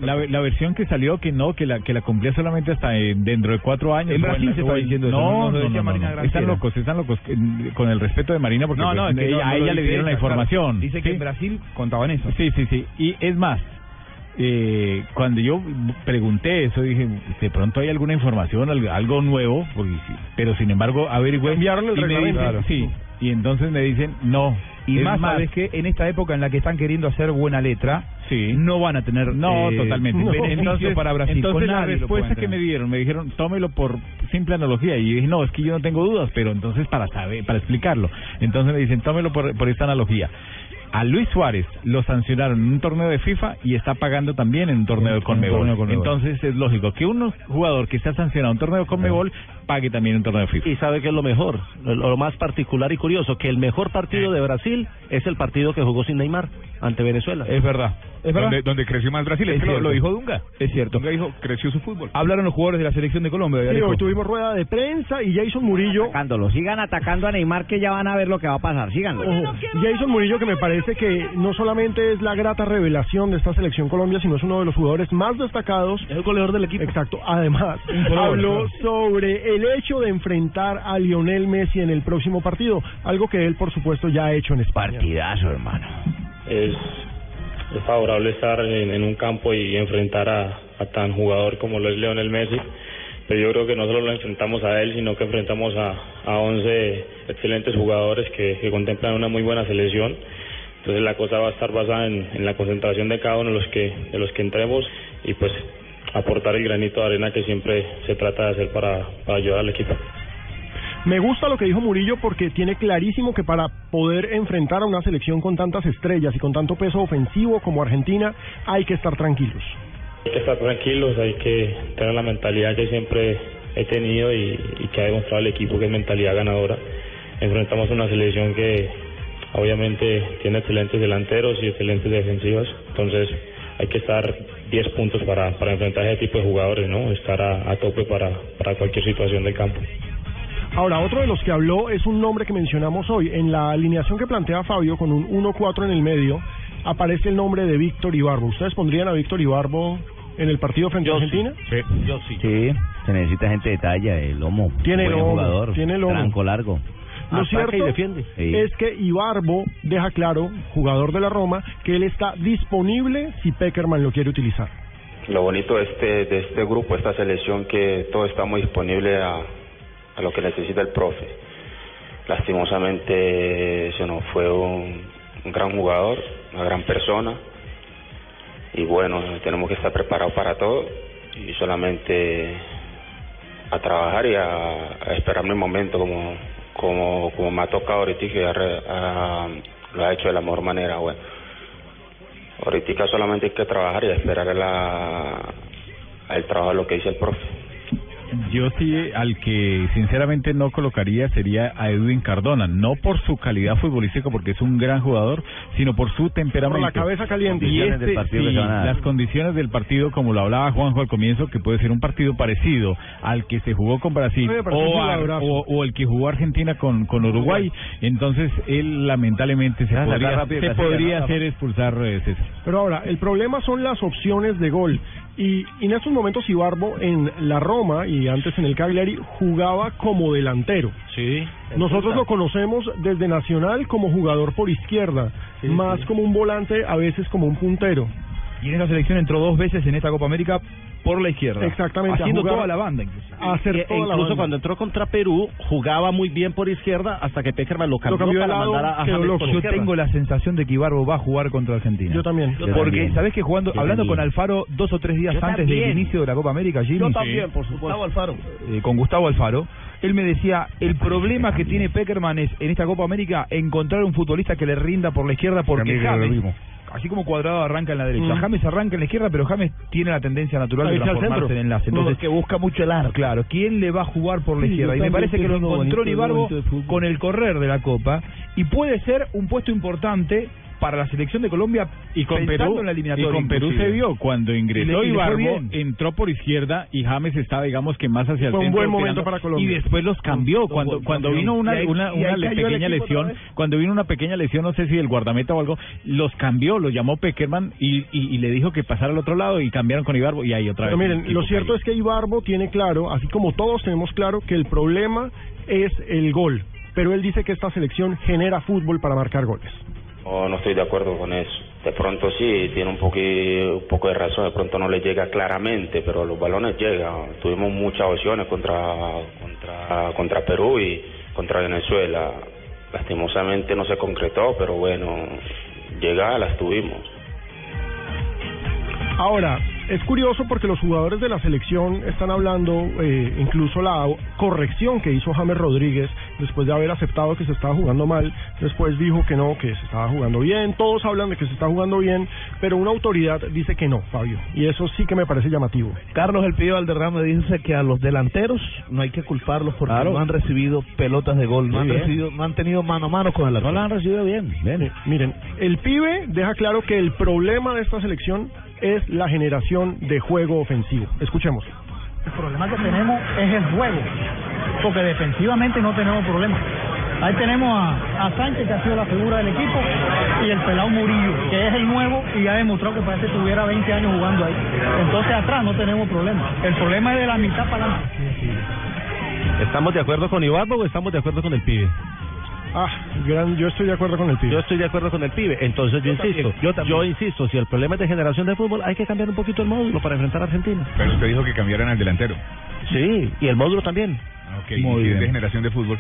La, la versión que salió que no, que la que la cumplía solamente hasta eh, dentro de cuatro años.
En
o
Brasil
la-
se
o
está
en-
diciendo eso, no,
No, no,
no, lo
no,
decía
no,
Marina
no.
Granciera.
Están locos, están locos. eh, Con el respeto de Marina, porque
No,
pues,
no, es que
ella-
no-
a
no lo
ella le
dice
dieron la
ella, claro.
información.
Dice que en Brasil contaban eso.
Sí, sí, sí. Y es más, eh, cuando yo pregunté eso, dije, de pronto hay alguna información, al- algo nuevo, porque sí, pero sin embargo, averigüé.
Cambiaron el
y me
reglamento.
dicen,
Claro.
Sí, y entonces me dicen, no.
Y
es
más, sabes que en esta época en la que están queriendo hacer buena letra, no van a tener
No,
eh,
totalmente.
beneficio
entonces,
para Brasil.
entonces
Con
la
nadie lo
respuesta
pueden
que
tener.
me dieron, me dijeron, tómelo por simple analogía. Y yo dije, no, es que yo no tengo dudas, pero entonces para saber, para explicarlo. Entonces me dicen, tómelo por, por esta analogía. A Luis Suárez lo sancionaron en un torneo de FIFA y está pagando también en un torneo de Conmebol.
torneo de Conmebol.
Entonces es lógico que un jugador que está sancionado en un torneo de Conmebol pague también en un torneo de FIFA.
Ah. Y sabe que es lo mejor, lo, lo más particular y curioso, que el mejor partido de Brasil es el partido que jugó sin Neymar ante Venezuela.
Es verdad. Es verdad.
Donde-
creció más
Brasil, es que lo- lo dijo
Dunga. Es cierto. Dunga dijo, creció su fútbol. Hablaron los jugadores de la selección de Colombia.
Sí,
Alejo.
hoy tuvimos rueda de prensa y Jason Murillo.
Atacándolo, pues. sigan atacando a Neymar que ya van a ver lo que va a pasar, síganlo.
Ojo, Jason Murillo, que me parece que no solamente es la grata revelación de esta selección Colombia, sino es uno de los jugadores más destacados. El goleador del equipo. Exacto. Además,
goleador,
habló sobre el hecho de enfrentar a Lionel Messi en el próximo partido, algo que él, por supuesto, ya ha hecho en España.
Partidazo, hermano.
es, es favorable estar en, en un campo y enfrentar a, a tan jugador como lo es Leonel Messi. Pero yo creo que no solo lo enfrentamos a él, sino que enfrentamos a, a 11 excelentes jugadores que, que contemplan una muy buena selección. Entonces la cosa va a estar basada en, en la concentración de cada uno de los que, de los que entremos y pues aportar el granito de arena que siempre se trata de hacer para, para ayudar al equipo.
Me gusta lo que dijo Murillo porque tiene clarísimo que para poder enfrentar a una selección con tantas estrellas y con tanto peso ofensivo como Argentina, hay que estar tranquilos.
Hay que estar tranquilos, hay que tener la mentalidad que siempre he tenido y, y que ha demostrado el equipo, que es mentalidad ganadora. Enfrentamos una selección que obviamente tiene excelentes delanteros y excelentes defensivas, entonces hay que estar 10 puntos para, para enfrentar ese tipo de jugadores, ¿no? estar a, a tope para, para cualquier situación del campo.
Ahora, otro de los que habló es un nombre que mencionamos hoy. En la alineación que plantea Fabio con un 1-4 en el medio, aparece el nombre de Víctor Ibarbo. ¿Ustedes pondrían a Víctor Ibarbo en el partido frente a Argentina?
Yo sí. Sí, se necesita gente de talla, el lomo.
Tiene
Buen
lomo,
jugador,
tiene lomo.
Tranco largo.
Lo cierto
Sí.
es que Ibarbo deja claro, jugador de la Roma, que él está disponible si Peckerman lo quiere utilizar.
Lo bonito de este, de este grupo, esta selección, que todo está muy disponible a, a lo que necesita el profe. Lastimosamente se nos fue un, un gran jugador, una gran persona. Y bueno, tenemos que estar preparados para todo y solamente a trabajar y a, a esperar mi momento como, como, como me ha tocado ahorita y que ha re- ha- lo ha hecho de la mejor manera. Bueno, ahorita solamente hay que trabajar y esperar a la, al trabajo de lo que dice el profe.
Yo sí al que sinceramente no colocaría sería a Edwin Cardona, no por su calidad futbolística porque es un gran jugador, sino por su temperamento.
Por la cabeza caliente.
Y
Condiciones
este,
del partido que
sí,
se van a dar.
las condiciones del partido, como lo hablaba Juanjo al comienzo, que puede ser un partido parecido al que se jugó con Brasil Oye, pero es o, un a- jugadorazo. o- o el que jugó Argentina con, con Uruguay, entonces él lamentablemente se Ah, sacar podría, rápido, se Casillas, podría ¿no? hacer expulsar eh, César.
Pero ahora, el problema son las opciones de gol. Y, y en estos momentos Ibarbo en la Roma y antes en el Cagliari jugaba como delantero.
Sí.
Nosotros lo conocemos desde Nacional como jugador por izquierda, más como un volante, a veces como un puntero.
Y en esa selección entró dos veces en esta Copa América por la izquierda.
Exactamente, a
Haciendo
jugar-
toda la banda, inclusive.
a hacer
E-
toda la
incluso
banda.
cuando entró contra Perú, jugaba muy bien por izquierda hasta que Peckerman lo cambió,
Lo cambió de
para
lado,
mandar a, a
quedó
James
loco.
por
Yo
izquierda.
tengo la sensación de que Ibarbo va a jugar contra Argentina.
Yo también.
Yo
Porque,
también.
¿sabes qué? Jugando,
Yo
hablando
también.
con Alfaro dos o tres días
Yo
antes
también.
del inicio de la Copa América, Jimmy.
Yo también, por supuesto. Gustavo Alfaro.
eh, con Gustavo Alfaro, él me decía, el problema que tiene Peckerman es en esta Copa América encontrar un futbolista que le rinda por la izquierda porque
También era lo
James,
mismo.
así como Cuadrado arranca en la derecha,
Mm.
James arranca en la izquierda, pero James tiene la tendencia natural de
Ahí está el
transformarse
centro.
en enlace.
No,
Entonces,
es
que busca mucho el arco. Claro, ¿quién le va a jugar por la
Sí,
izquierda?
yo
Y me
también
parece que lo
pienso lo
encontró
bonito del
Nibarbo
momento de fútbol.
con el correr de la Copa y puede ser un puesto importante para la selección de Colombia
Y con
pensando
Perú,
en la
y
eliminatoria
con Perú
inclusive.
se vio cuando ingresó
Y le- y le fue
Ibarbo,
bien.
entró por izquierda y James estaba digamos que más hacia el
Fue un
centro
buen momento
tirando,
para Colombia.
Y después los cambió cuando
gol,
cuando
cambió.
vino
Y
una
ahí-
una,
y ahí
una le-
cayó el
pequeña
equipo otra
lesión, cuando vino una pequeña lesión, no sé si del guardameta o algo, los cambió, los llamó Peckerman y, y, y le dijo que pasara al otro lado y cambiaron con Ibarbo y ahí otra vez.
Pero
el
miren,
equipo
lo cierto
cayó.
es que Ibarbo tiene claro, así como todos tenemos claro, que el problema es el gol. Pero él dice que esta selección genera fútbol para marcar goles.
No, no estoy de acuerdo con eso. De pronto sí, tiene un, poqui- un poco de razón, de pronto no le llega claramente, pero los balones llegan. Tuvimos muchas opciones contra, contra, contra Perú y contra Venezuela. Lastimosamente no se concretó, pero bueno, llegadas las tuvimos.
Ahora, es curioso porque los jugadores de la selección están hablando, eh, incluso la corrección que hizo James Rodríguez después de haber aceptado que se estaba jugando mal, después dijo que no, que se estaba jugando bien, todos hablan de que se está jugando bien, pero una autoridad dice que no, Fabio. Y eso sí que me parece llamativo.
Carlos El Pío Valderrama dice que a los delanteros no hay que culparlos porque
Claro.
no han recibido pelotas de gol, no
Muy
han,
bien.
recibido, no han tenido mano a mano con el arco. No la han recibido bien.
Eh, Miren, el pibe deja claro que el problema de esta selección es la generación de juego ofensivo. Escuchemos.
El problema que tenemos es el juego, porque defensivamente no tenemos problemas. Ahí tenemos a, a Sánchez, que ha sido la figura del equipo, y el pelado Murillo, que es el nuevo y ha demostrado que parece que tuviera 20 años jugando ahí. Entonces atrás no tenemos problemas. El problema es de la mitad para adelante.
¿Estamos de acuerdo con Ibarbo o estamos de acuerdo con el pibe?
Ah, gran, yo estoy de acuerdo con el pibe.
Yo estoy de acuerdo con el pibe. Entonces yo, insisto, yo, insisto, si el problema es de generación de fútbol, hay que cambiar un poquito el módulo para enfrentar a Argentina.
Pero usted dijo que cambiaran al delantero.
Ah,
Sí, y el módulo también.
Ok, y de generación de fútbol.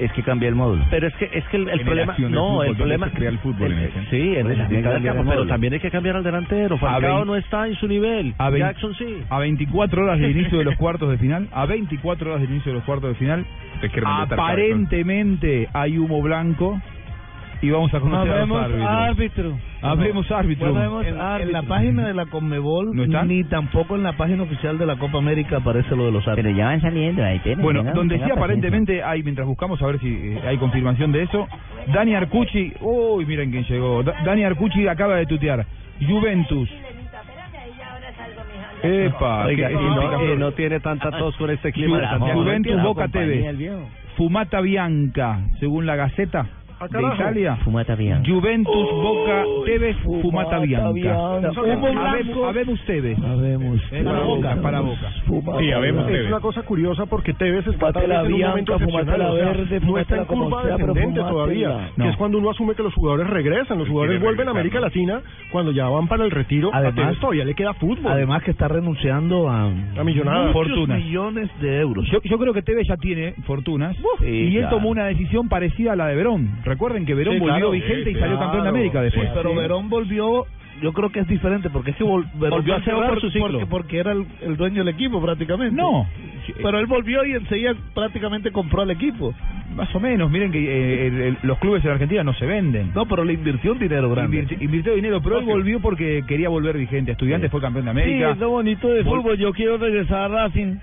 es que cambia el módulo.
Pero es que es que el, el problema
Generación del
no,
fútbol,
el
¿dónde
problema
se crea el fútbol en
Eh,
el-
ese?
sí, en
Pues,
Por eso,
el,
tiene que
mitad del
cambiar
campo,
el
pero
módulo.
también hay que cambiar al delantero. Falcao
vein-
no está en su nivel.
A vein-
Jackson sí.
A 24 horas del inicio de los cuartos de final, a 24 horas del inicio de los cuartos de final,
que Hernando Tarcabazón.
aparentemente hay humo blanco y vamos a conocer a los árbitros.
árbitro.
Habemos árbitro.
Habemos
en, en
árbitro.
la página de la Conmebol ni tampoco en la página oficial de la Copa América aparece lo de los árbitros.
Pero ya van saliendo, ahí tienen. pues,
Bueno,
tengan-
donde sí
tengan paciencia.
aparentemente hay, mientras buscamos a ver si eh, hay confirmación de eso, Dani Arcucci, uy, miren quién llegó, Da- Dani Arcucci acaba de tutear, Juventus. Epa,
Oiga,
qué-
y no,
eh,
qué-
y no tiene tanta tos con este clima. de
Ju-
Santiago.
Juventus
La
Boca
compañía, el
TV, Fumata Bianca, según la Gaceta de
carajo.
Italia.
Fumata Bianca.
Juventus Boca TV, Fumata Bianca.
Bianca. Humo blanco.
Habemos ustedes. Eh, Para
Para
Boca,
Boca.
para Boca.
Es una cosa curiosa porque Tevez está tal vez en un momento excepcional, o sea, no está en curva descendente todavía, que es cuando uno asume que los jugadores regresan, los jugadores vuelven a América Latina cuando ya van para el retiro, a Tevez todavía le queda fútbol.
Además que está renunciando a,
A millonadas.
muchos
Fortunas.
millones de euros.
Yo, yo creo que Tevez ya tiene fortunas y él
eh, claro.
tomó una decisión parecida a la de Verón. Recuerden que Verón
Sí,
volvió
claro.
vigente y
Sí,
salió
claro.
campeón de América después.
Sí, pero Verón volvió, yo creo que es diferente, porque es que vol- Verón
Volvió a cerrar
por-
su ciclo.
Porque, porque era el, el dueño del equipo prácticamente.
No.
Pero él volvió y enseguida prácticamente compró al equipo.
Más o menos, miren que eh, el- el- los clubes en Argentina no se venden.
No, pero le invirtió un dinero grande.
Invirti- invirtió dinero, pero él volvió porque quería volver vigente. Estudiantes fue campeón de
Sí,
América.
está bonito de fútbol. Yo quiero regresar a Racing.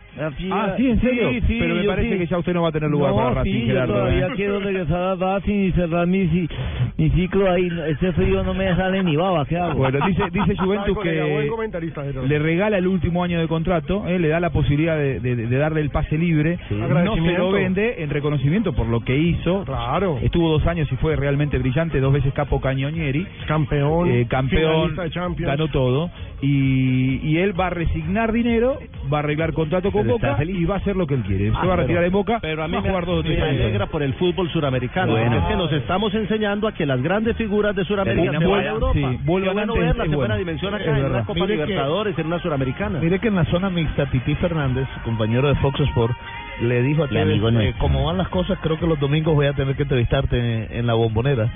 Ah, sí, en serio. pero me
yo
parece
sí.
que ya usted no va a tener lugar
no,
para Racing,
sí,
Gerardo.
Yo todavía
¿eh?
quiero regresar a Racing y cerrar mi, ci- mi ciclo ahí. Este frío no me sale ni baba. ¿Qué hago?
Bueno, dice, dice Juventus
Ay, colega, buen
que
comentarista, Gerardo.
le regala el último año de contrato, eh, le da la posibilidad de, de- de darle el pase libre, no se
Agradecimiento.
lo vende en reconocimiento por lo que hizo,
Claro.
estuvo dos años y fue realmente brillante, dos veces capo cañonieri,
Campeón,
eh, campeón,
finalista de Champions.
ganó todo, y, y él va a resignar dinero, va a arreglar contrato con
Pero está
Boca y va a hacer lo que él quiere,
Ah,
se va a
pero-
retirar de Boca,
Pero a mí
va a
me,
jugar dos o
me
tres años.
alegra por el fútbol suramericano.
Bueno.
Es que nos estamos enseñando a que las grandes figuras de Suramérica
Terminan
se van a
vuelvan,
Europa.
sí, vuelvan
Qué bueno
antes,
verlas
es
en buena
bueno.
dimensión
Es
acá en una
verdad.
Copa
Mire que-
Libertadores, en una Suramericana.
Mire que en la zona mixta, Titi Fernández, compañero de Fox Sport, le dijo a
Mi
Tevez,
amigo
eh,
nuestro.
como van las cosas, creo que los domingos voy a tener que entrevistarte en, en la bombonera.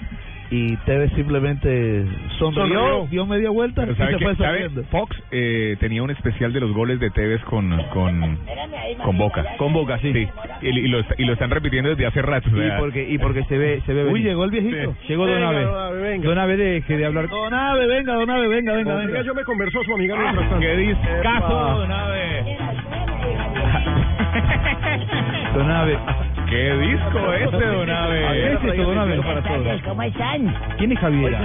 Y Tevez simplemente sonrió,
Sonrió.
dio media vuelta
Pero
y
¿sabe
se
qué?
fue
¿Sabe?
sonriendo.
Fox eh, tenía un especial de los goles de Tevez con con, con Boca. Con Boca, sí. Y, y lo, está- y lo están repitiendo desde hace rato.
Y porque, y porque se ve, se ve
Uy,
venir.
llegó el viejito.
Llegó Don
Venga,
Abe.
Don Abe, venga.
Don Abe, deje de hablar.
Don Abe, venga, Don Abe, venga, venga,
Oiga,
venga.
yo me conversó a su amiga
Ah,
mientras tanto.
¿Qué dice?
Epa.
Don Abe.
¿Qué disco este, Don Abe?
¿Qué es esto, Don Abe?
¿Cómo están?
¿Quién es Javiera?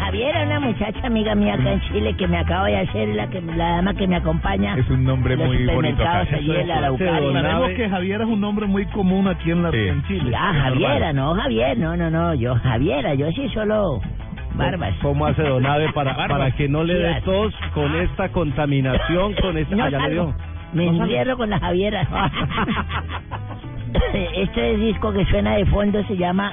Javiera, una muchacha amiga mía acá en Chile que me acaba de hacer la que la dama que me acompaña.
Es un nombre
Los
muy bonito
supermercados
acá.
allí en la Araucaria.
Sabemos que Javier es un nombre muy común aquí en, la, en Chile.
Ah, Javiera, no, Javier, no, no, no, yo, Javiera, yo sí solo barbas.
¿Cómo hace Donave para,
Barbas.
para que no le dé tos con esta contaminación, con esta...
No
Ah, ya le
salgo.
dio.
Me
No salgo.
entierro con la Javiera. este disco que suena de fondo se llama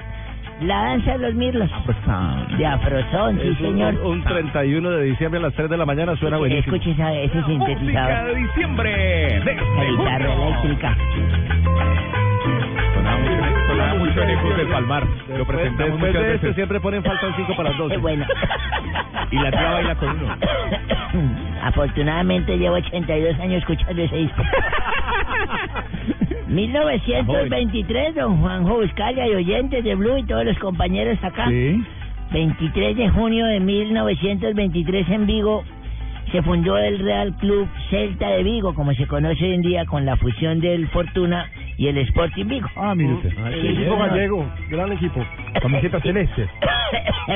La danza de los mirlos.
Ah, pues,
De Afrozón, sí
Es un,
señor.
un- un 31 de diciembre a las 3 de la mañana suena buenísimo.
Escuche esa- ese
Música
sintetizador.
de diciembre. de
La guitarra eléctrica.
Sonaba mucho- Sonaba mucho en Ecos del Palmar. Lo presentamos
Después
este
muchas
de esto
veces.
siempre ponen falta un 5 para las 12.
Bueno.
Y la tía baila con uno.
Afortunadamente llevo 82 años escuchando ese disco. 1923, don Juanjo Buscalla y oyentes de Blue y todos los compañeros acá. 23 de junio de 1923 en Vigo se fundó el Real Club Celta de Vigo, como se conoce hoy en día con la fusión del Fortuna y el Sporting Vigo.
Ah, mire usted.
Sí,
Equipo
señor.
gallego, gran equipo.
Camiseta celeste.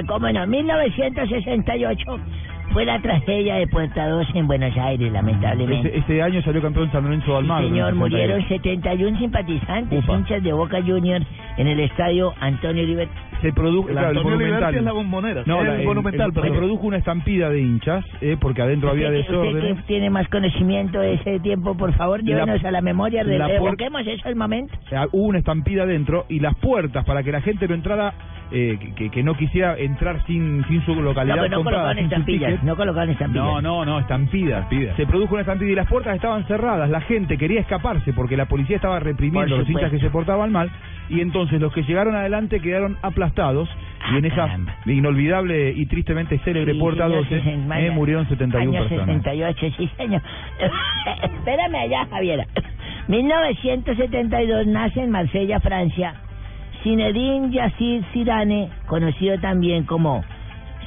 Como en 1968 fue la tragedia de Puerta 2 en Buenos Aires,
Este,
lamentablemente.
este año salió campeón San Lorenzo de Almagro.
Señor,
en el 68.
murieron 71 simpatizantes,
Upa.
hinchas de Boca Juniors, en el estadio Antonio Olivetti.
Se produjo,
El
claro, el
Antonio Liberti
monumental.
es la
Bombonera.
No,
El
la- el-
Monumental,
el- se
perdón.
produjo una estampida de hinchas, eh, porque adentro había
Usted que- usted
desorden.
que tiene más conocimiento de ese tiempo, por favor,
La-
llévenos a la memoria,
la puer-
revoquemos eso al momento.
Ah, Hubo una estampida adentro y las puertas para que la gente no entrara, eh, que- que, que no quisiera entrar sin, sin su localidad
No, pero no
comprada,
colocaban
sin su
estampillas,
ticket,
no colocaron estampillas.
No, no, no, estampidas. Se produjo una estampida y las puertas estaban cerradas. La gente quería escaparse porque la policía estaba reprimiendo
Por
a los hinchas que
supuesto.
se portaban mal. Y entonces los que llegaron adelante quedaron aplastados. Y en esa inolvidable y tristemente célebre
Ah, Sí,
puerta
señor,
12
sí, señor.
eh, murieron 71
Año
personas.
68, sí, señor. Espérame allá, Javiera. 1972 nace en Marsella, Francia, Zinedine Yacid Zidane, conocido también como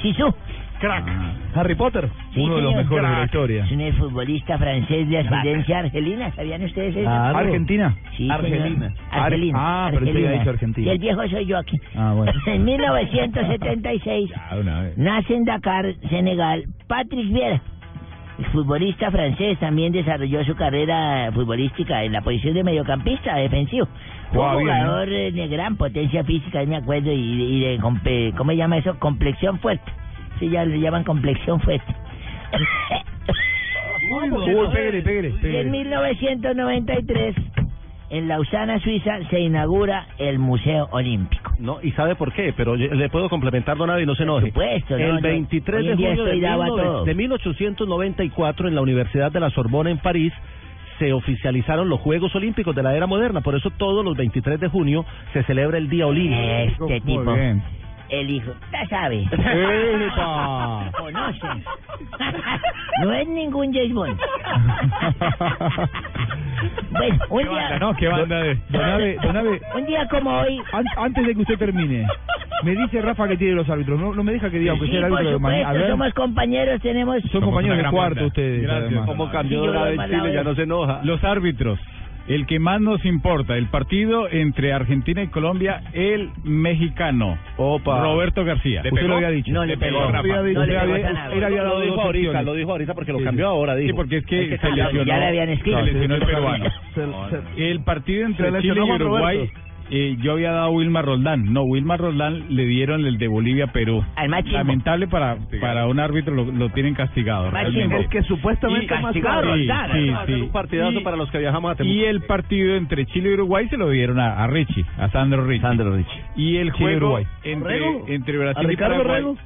Sisu. Ah. Crack.
Harry Potter,
Sí,
uno de los
señor.
mejores de la
Crack.
historia.
Es un futbolista francés de ascendencia argelina, ¿sabían ustedes eso?
Claro. ¿Argentina?
Sí, señor.
Argelina. Ar-
Argelina.
ah, pero usted había
Argelina.
dicho Argentina.
Y el viejo soy yo aquí.
Ah, bueno.
En 1976 nace en Dakar, Senegal, Patrick Vieira. Futbolista francés también desarrolló su carrera futbolística en la posición de mediocampista defensivo. Fue
Jugaba
un
bien, ¿no?
jugador eh, de gran potencia física, me acuerdo, y, y de, compe- ¿cómo se llama eso? Complexión fuerte. Sí, ya le llaman complexión fuerte.
Uy, pégale, pégale,
Y en
pégale.
1993, en Lausana, Suiza, se inaugura el Museo Olímpico.
No, y sabe por qué, pero yo- le puedo complementar, don Avi, no se enoje.
supuesto, no,
El
no.
23
Hoy
de
en día
junio de,
estoy dado a
19
todo.
de 1894, en la Universidad de la Sorbona, en París, se oficializaron los Juegos Olímpicos de la era moderna. Por eso todos los 23 de junio se celebra el Día Olímpico.
Este tipo. El hijo, ya sabe.
¡Epa!
Conoce. No es ningún James Bond. Bueno, un
¿Qué banda,
día,
no? ¿Qué banda de? Don Abe, don Abe,
un día como hoy,
an- antes de que usted termine, me dice Rafa que tiene los árbitros. No, no me deja que diga, aunque
Sí,
sea el
por
árbitro de mañana. A
supuesto,
ver.
somos compañeros, tenemos...
Son compañeros de cuarto
banda.
ustedes.
Gracias.
además.
¿Cómo
cambió Sí, yo la veo de mala Chile? Ya onda. no
se enoja. Los árbitros. El que más nos importa, el partido entre Argentina y Colombia, el mexicano.
Opa.
Roberto García.
¿Le pegó? No, le pegó. Usted
Rafa.
había dicho- no
Usted
le
había-
pegó a Sanabria.
él había
Lo
dado
dijo
dos
ahorita,
opciones.
lo dijo ahorita porque lo cambió ahora,
Sí,
dijo.
porque es
Es
que
que
se lesionó. Ah,
ya le habían escrito.
Se lesionó el
Se-
peruano. El partido
se
entre Chile
lesionó
y
Juan Roberto.
Uruguay, eh, yo había dado a Wilmar Roldán. No, Wilmar Roldán le dieron el de Bolivia-Perú.
Al más chimbo.
Lamentable para, para un árbitro, lo, lo tienen castigado.
Más
realmente.
chimbo. El que
Y-
supuestamente más castigado,
Sí,
Roldán.
sí,
Va a ser
sí.
un partidazo
Y-
para los que viajamos a Temuco.
Y el partido entre Chile y Uruguay se lo dieron a, a Richie, a Sandro Richie. Sandro Y el
Chile y
juego
Uruguay.
entre,
¿Rego?
entre
¿A
Brasil y
Ricardo
Paraguay.
Rego?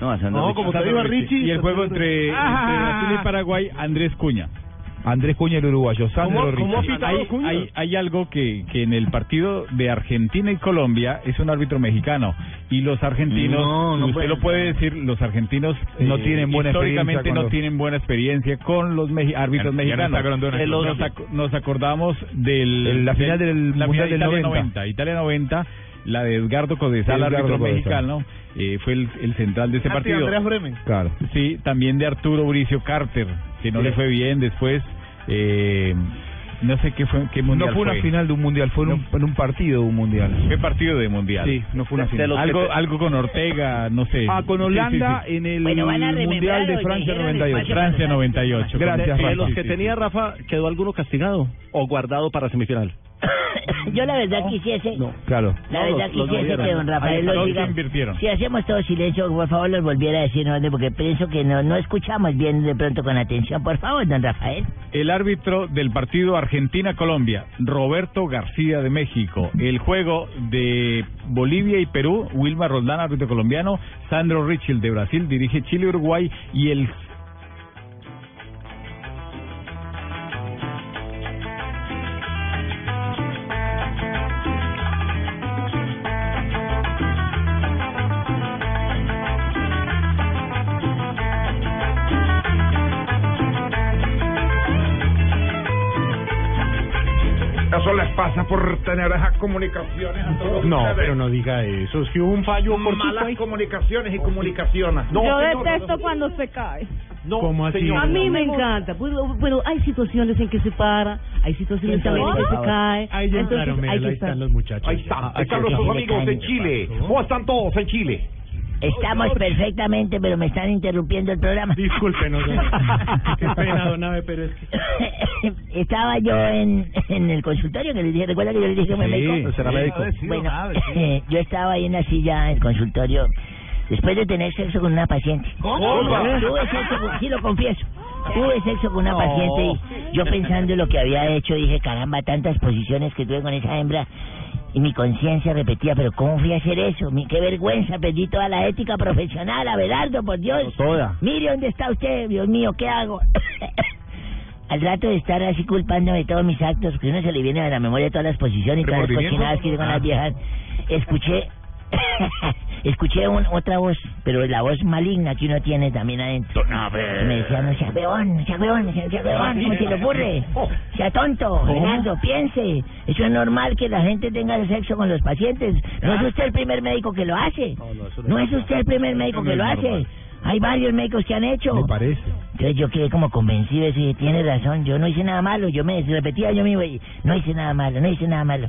No,
No, como te digo a Richie.
Y el juego entre, entre
Ah.
Brasil y Paraguay, Andrés Cuña.
Andrés Cuña, el uruguayo. Sandro
Sandro
Rizzi.
Rizzi. hay, hay- hay algo que, que en el partido de Argentina y Colombia es un árbitro mexicano y los argentinos,
No, no
usted
puede
lo puede decir, los argentinos
No
eh,
tienen buena
históricamente
experiencia con
no
los-
tienen buena experiencia con los meji- árbitros
Ya- ya no está
mexicanos.
hablando de una
Eh, los- nos,
experiencia.
ac- nos acordamos del
El- la final del
la
Mundial
final
del
Italia
90.
90, Italia 90, la de Edgardo Codesal,
Edgardo
árbitro
Codesal.
mexicano, eh, fue el, el central de ese partido.
Andrés Bremen.
Claro.
Sí, también de Arturo Bricio Carter, que no
Sí.
le fue bien después. Eh, no sé qué fue, qué
No
mundial
fue una final de un mundial, fue en un- en un partido de un mundial.
¿Qué partido de mundial?
Sí, no fue una
De- de
final.
los
Algo-
que te- algo con Ortega, no sé.
Ah, con
Sí,
Holanda
sí, sí.
en el
Bueno, van a
Mundial
remembrar
de
hoy,
Francia
dijeron el
98.
espacio para Francia 98.
Gracias,
De
Rafa.
los
Sí,
que
sí,
tenía Rafa, ¿quedó alguno castigado o guardado para semifinal?
yo la verdad quisiese...
Claro.
La
No,
verdad
los- los
quisiese
movieron.
que don
Ahí
Rafael
está,
lo
los
diga.
que invirtieron.
Si hacemos todo silencio, por favor, los volviera a decir, ¿no? porque pienso que no, no escuchamos bien de pronto con atención. Por favor, don Rafael.
El árbitro del partido Argentina-Colombia, Roberto García de México. El juego de Bolivia y Perú, Wilma Roldán, árbitro colombiano. Sandro Richel de Brasil dirige Chile-Uruguay. Y el
Eso les pasa por tener esas comunicaciones a todos
No,
ustedes.
pero no diga eso. Es que hubo un fallo por
Malas comunicaciones y comunicaciones.
Yo
señor.
detesto cuando se cae.
No, ¿Cómo así?
señor. A mí me encanta. Bueno, bueno, hay situaciones en que se para, hay situaciones
también en que se
cae.
Ahí ya entraron, mira, ahí están los muchachos.
Ahí están, ahí están
aquí,
los
aquí,
amigos
aquí,
de Chile. ¿Cómo están todos en Chile?
Estamos perfectamente, pero me están interrumpiendo el programa.
Discúlpenos, don Abe. Qué pena, don Abe, pero es que...
Estaba yo en, en el consultorio que le dije, recuerda que yo le dije que me
Sí,
médico.
será médico.
Bueno, eh, yo estaba ahí en la silla en el consultorio después de tener sexo con una paciente.
¿Cómo?
Tuve
este
sexo con- sí lo confieso. Tuve sexo con una paciente y yo pensando en lo que había hecho dije, caramba, tantas posiciones que tuve con esa hembra Y mi conciencia repetía, pero ¿cómo fui a hacer eso? Mi, qué vergüenza, perdí toda la ética profesional, Abelardo, por Dios.
toda.
Mire dónde está usted, Dios mío, ¿qué hago? Al rato de estar así culpándome de todos mis actos, que uno se le viene a la memoria todas las posiciones y todas las
¿Remordimiento?
cochinadas que hice con las viejas, escuché, escuché un- otra voz, pero la voz maligna que uno tiene también adentro. Me decía, no sea peón, no sea peón, no sea sea peón, ¿cómo se le ocurre? Sea tonto, Gerardo, piense. Eso es normal que la gente tenga sexo con los pacientes. No es usted el primer médico que lo hace. No es usted el primer médico
no
que
es
lo hace.
normal.
Hay varios médicos que han hecho. Me parece. Entonces yo quedé como convencido y dije, tiene razón, yo no hice nada malo. Yo me repetía yo mismo, y, no hice nada malo, no hice nada malo.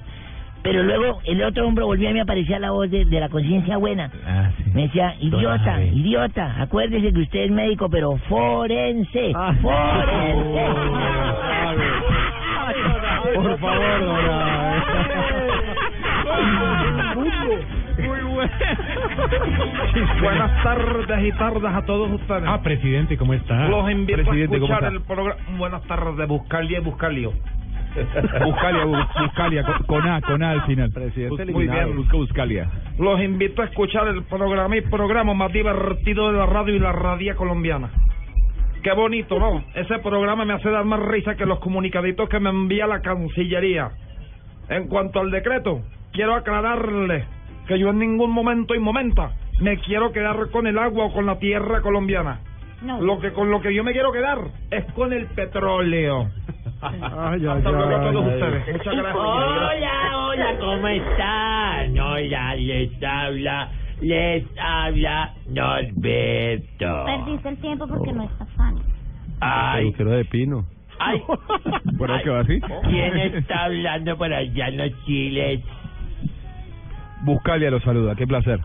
Pero luego el otro hombro volvió a mí aparecía la voz de, de la conciencia buena. Me decía, idiota, idiota, acuérdese que usted es médico, pero forense,
Ah,
forense.
Por favor, Muy
Buenas tardes y tardes a todos ustedes.
Ah, presidente, ¿cómo está?
Los invito
presidente,
a
¿cómo
escuchar
está?
el programa. Buenas tardes, Buscalia y Buscalio. Buscalia, Bu- Buscalia, con, con A, con A al final. Presidente Muy
eliminado.
bien, Busca Buscalia. Los invito a escuchar el programa y programa más divertido de la radio y la radio colombiana. Qué bonito, ¿no? Ese programa me hace dar más risa que los comunicaditos que me envía la Cancillería. En cuanto al decreto, quiero aclararle que yo en ningún momento y momenta me quiero quedar con el agua o con la tierra colombiana. Lo que con lo que yo me quiero quedar es con el petróleo. Hasta luego a todos ustedes. Muchas gracias.
Hola, hola, ¿cómo están? Hola, les habla, les habla Norberto.
Perdiste el tiempo porque no estás sano. Ay,
Peluquero de pino.
ay.
¿Verdad que va así?
¿Quién está hablando por allá en los chiles?
Buscalia los saluda, qué placer.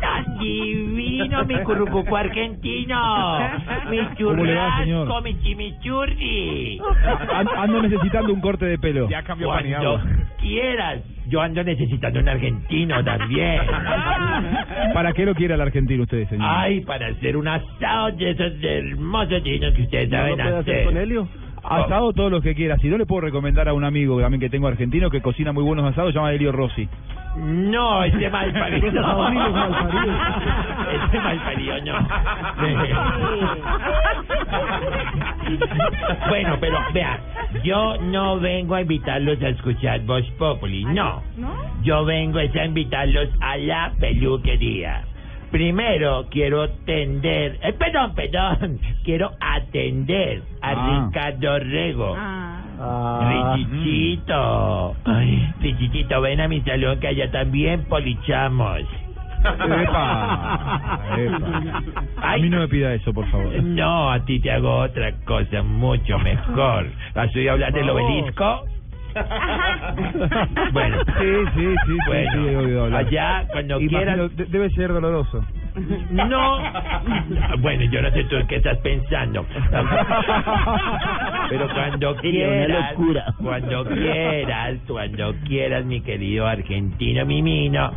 Tan divino mi currucucu argentino. Mi
¿Cómo le va, señor?
churrasco, mi chimichurri.
An- Ando necesitando un corte de pelo. Ya cambió
Cuando quieras. Yo ando necesitando un argentino también.
¿Para qué lo quiere el argentino usted, señor?
Ay, para hacer un asado de esos hermosos chinos que ustedes
¿No lo
saben
puede hacer
hacer.
con
Helio?
Ah.
Asado todos los que quieras. Si no, le puedo recomendar a un amigo también que tengo argentino que cocina muy buenos asados, se llama Elio Rossi.
No, este ese mal parido.
Ese mal parido.
Ese mal parido Este no. Bueno, pero vea, yo no vengo a invitarlos a escuchar Voz Populi, no.
¿No?
Yo vengo es a invitarlos a la peluquería. Primero quiero tender, eh, perdón, perdón, quiero atender a
Ah.
Ricardo Rego.
Ah.
Richichito, ay, Richichito, ven a mi salón que allá también polichamos.
Epa. A mí no me pida eso, por favor.
No, a ti te hago otra cosa mucho mejor. ¿Vas a hablar del
Vamos.
obelisco? Bueno,
Sí, sí, sí, sí,
Bueno,
sí, he oído hablar.
allá, cuando quieras-
de- debe ser doloroso.
No. Ah, Bueno, yo no sé tú qué estás pensando. Pero cuando
Sería una
quieras,
locura.
cuando quieras, cuando quieras, mi querido argentino mimino,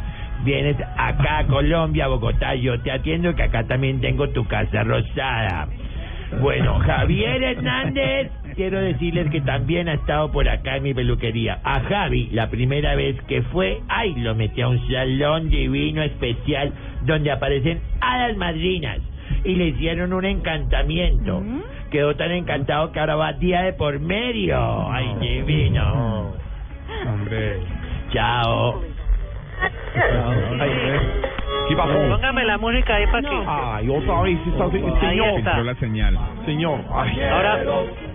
vienes acá a Colombia, a Bogotá, yo te atiendo que acá también tengo tu casa rosada. Bueno, Javier Hernández, quiero decirles que también ha estado por acá en mi peluquería. A Javi, la primera vez que fue, ay, lo metí a un salón divino especial donde aparecen hadas madrinas y le hicieron un encantamiento. Quedó tan encantado que ahora va día de por medio. Ay, divino. Hombre. Chao. eh.
¿Qué pasó?
Póngame la música ahí para que.
Ay, otra vez está
Ahí
señor.
está. Entró la
señal. Señor. ay.
Ahora,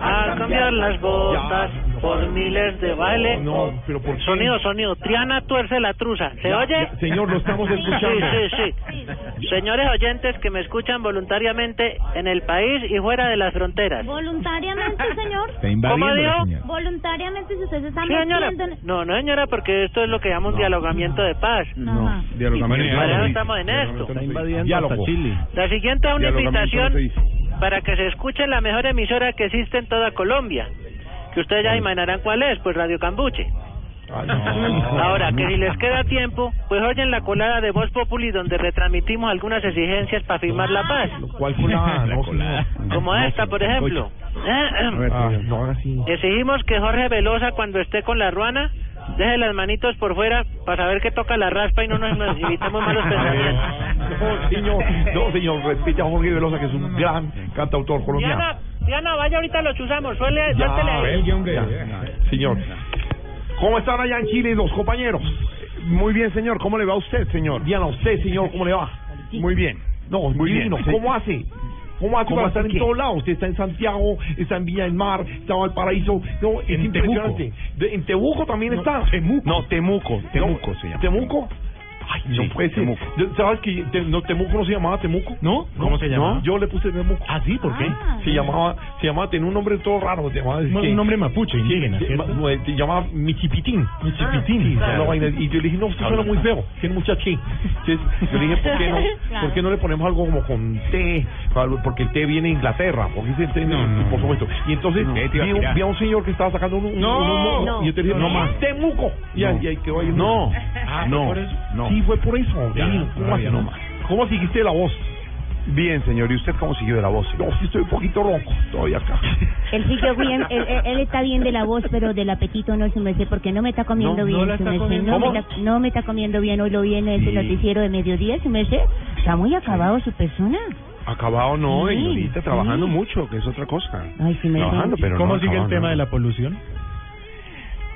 a cambiar las botas
Ya, no,
por miles de baile.
No, no, pero ¿por qué?
Sonido, sonido. Triana tuerce la truza. ¿Se
Ya,
oye?
ya, señor, lo estamos escuchando.
Sí, sí, sí. Señores oyentes que me escuchan voluntariamente en el país y fuera de las fronteras.
Voluntariamente, señor.
Está invadiendo, ¿Cómo dijo? señor.
Voluntariamente, si ustedes están
Sí, señora.
metiendo en-
No, no, señora, porque esto es lo que llamamos dialogamiento de paz. No.
Dialogamiento no se
Para eso
dice.
estamos en esto.
Está invadiendo Diálogo. hasta Chile.
La siguiente es una
Dialogamiento
invitación
no se dice.
para que se escuche la mejor emisora que existe en toda Colombia. Que ustedes ya imaginarán cuál es, pues Radio Cambuche.
Ah,
Ahora, que si les queda tiempo, pues oyen la colada de Voz Populi donde retransmitimos algunas exigencias para firmar la paz.
¿Cuál fue la, no, señor.
Como esta, por ejemplo. Ah,
Ah,
eh,
no Exigimos que Jorge Velosa, cuando esté con la ruana, deje las manitos por fuera para saber que toca la raspa y no nos nos evitemos malos pensamientos.
No, señor, no, señor, respeta a Jorge Velosa, que es un gran cantautor colombiano.
Diana, Diana, vaya ahorita lo chuzamos. Suele, suéltele ahí.
Ya, Señor, ¿cómo están allá en Chile los compañeros? Muy bien, señor. ¿Cómo le va a usted, señor? Diana, ¿a usted, señor, ¿cómo le va? Muy bien. No, muy bien. Divino. ¿Cómo hace? ¿Cómo hace ¿Cómo para hace estar en qué? todos lados? Usted está en Santiago, está en Villa del Mar, está en Valparaíso. No, es En impresionante. De- en Tebuco también No, está. Temuco. No, Temuco. Temuco se llama. ¿Temuco? Ay, no Sí, puede ser. Temuco. Yo- ¿Sabes que te- no, Temuco no se llamaba Temuco? ¿No? ¿Cómo se llamaba? No, yo le puse Temuco. ¿Ah, sí? ¿Por qué? Se llamaba, se llamaba, tenía un nombre todo raro. Se llamaba,
Un nombre mapuche, indígena,
sí,
¿cierto?
ma- Se llamaba Michipitín.
Michipitín,
Ah, Sí,
claro.
una vaina. Y yo le dije, no, usted suena muy feo, tiene mucha chi. Entonces, yo le dije, ¿por qué no, Claro. ¿por qué no le ponemos algo como con té? Algo- Porque el té viene de Inglaterra, porque ese té, por supuesto. Y entonces, te iba a vi, un- tirar. vi a un señor que estaba sacando un, un- No, un hongo, no, y yo te dije, no no más. más. Temuco. Y ahí- No. y ahí quedó ahí. No. Ah, No. ¿fue por eso? No. Sí, fue por eso. Ya, Dios, ¿Cómo todavía así? no más. ¿Cómo seguiste la voz? Bien, señor. ¿Y usted cómo siguió de la voz? No, sí estoy un poquito ronco. Todavía acá.
Él siguió bien, él, él- él está bien de la voz, pero del apetito no, su merced, porque no me está comiendo
No, no
bien,
la
su
está
merced,
comiendo.
no,
¿Cómo?
me está, no me está comiendo bien, hoy lo vi en ese
Sí.
noticiero de mediodía, su merced, está muy acabado su persona.
Acabado no,
Sí,
señorita, trabajando
sí.
mucho, que es otra cosa.
Ay, sí me
trabajando,
entiendo.
pero
¿Cómo
no
sigue el
acabado,
tema
no.
de la polución?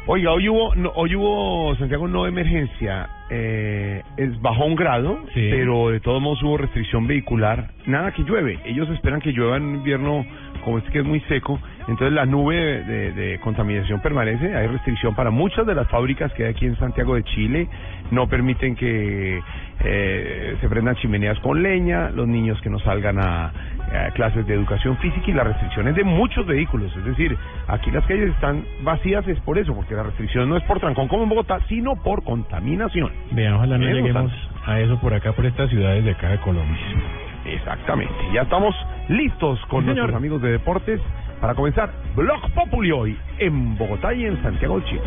Oiga, hoy hubo, no, hoy hubo Santiago no emergencia, eh, es bajó un grado, pero de todos modos hubo restricción vehicular. Nada que llueve. Ellos esperan que llueva en un invierno como este que es muy seco. Entonces la nube de, de- de contaminación permanece. Hay restricción para muchas de las fábricas que hay aquí en Santiago de Chile. No permiten que eh, se prendan chimeneas con leña, los niños que no salgan a, a clases de educación física y las restricciones de muchos vehículos. Es decir, aquí las calles están vacías es por eso, porque la restricción no es por trancón como en Bogotá, sino por contaminación.
Vean, ojalá no
Eso,
lleguemos a eso por acá, por estas ciudades de acá de Colombia.
Exactamente. Ya estamos listos con
Sí, señor.
nuestros amigos de deportes para comenzar Blog Populi hoy en Bogotá y en Santiago de Chile.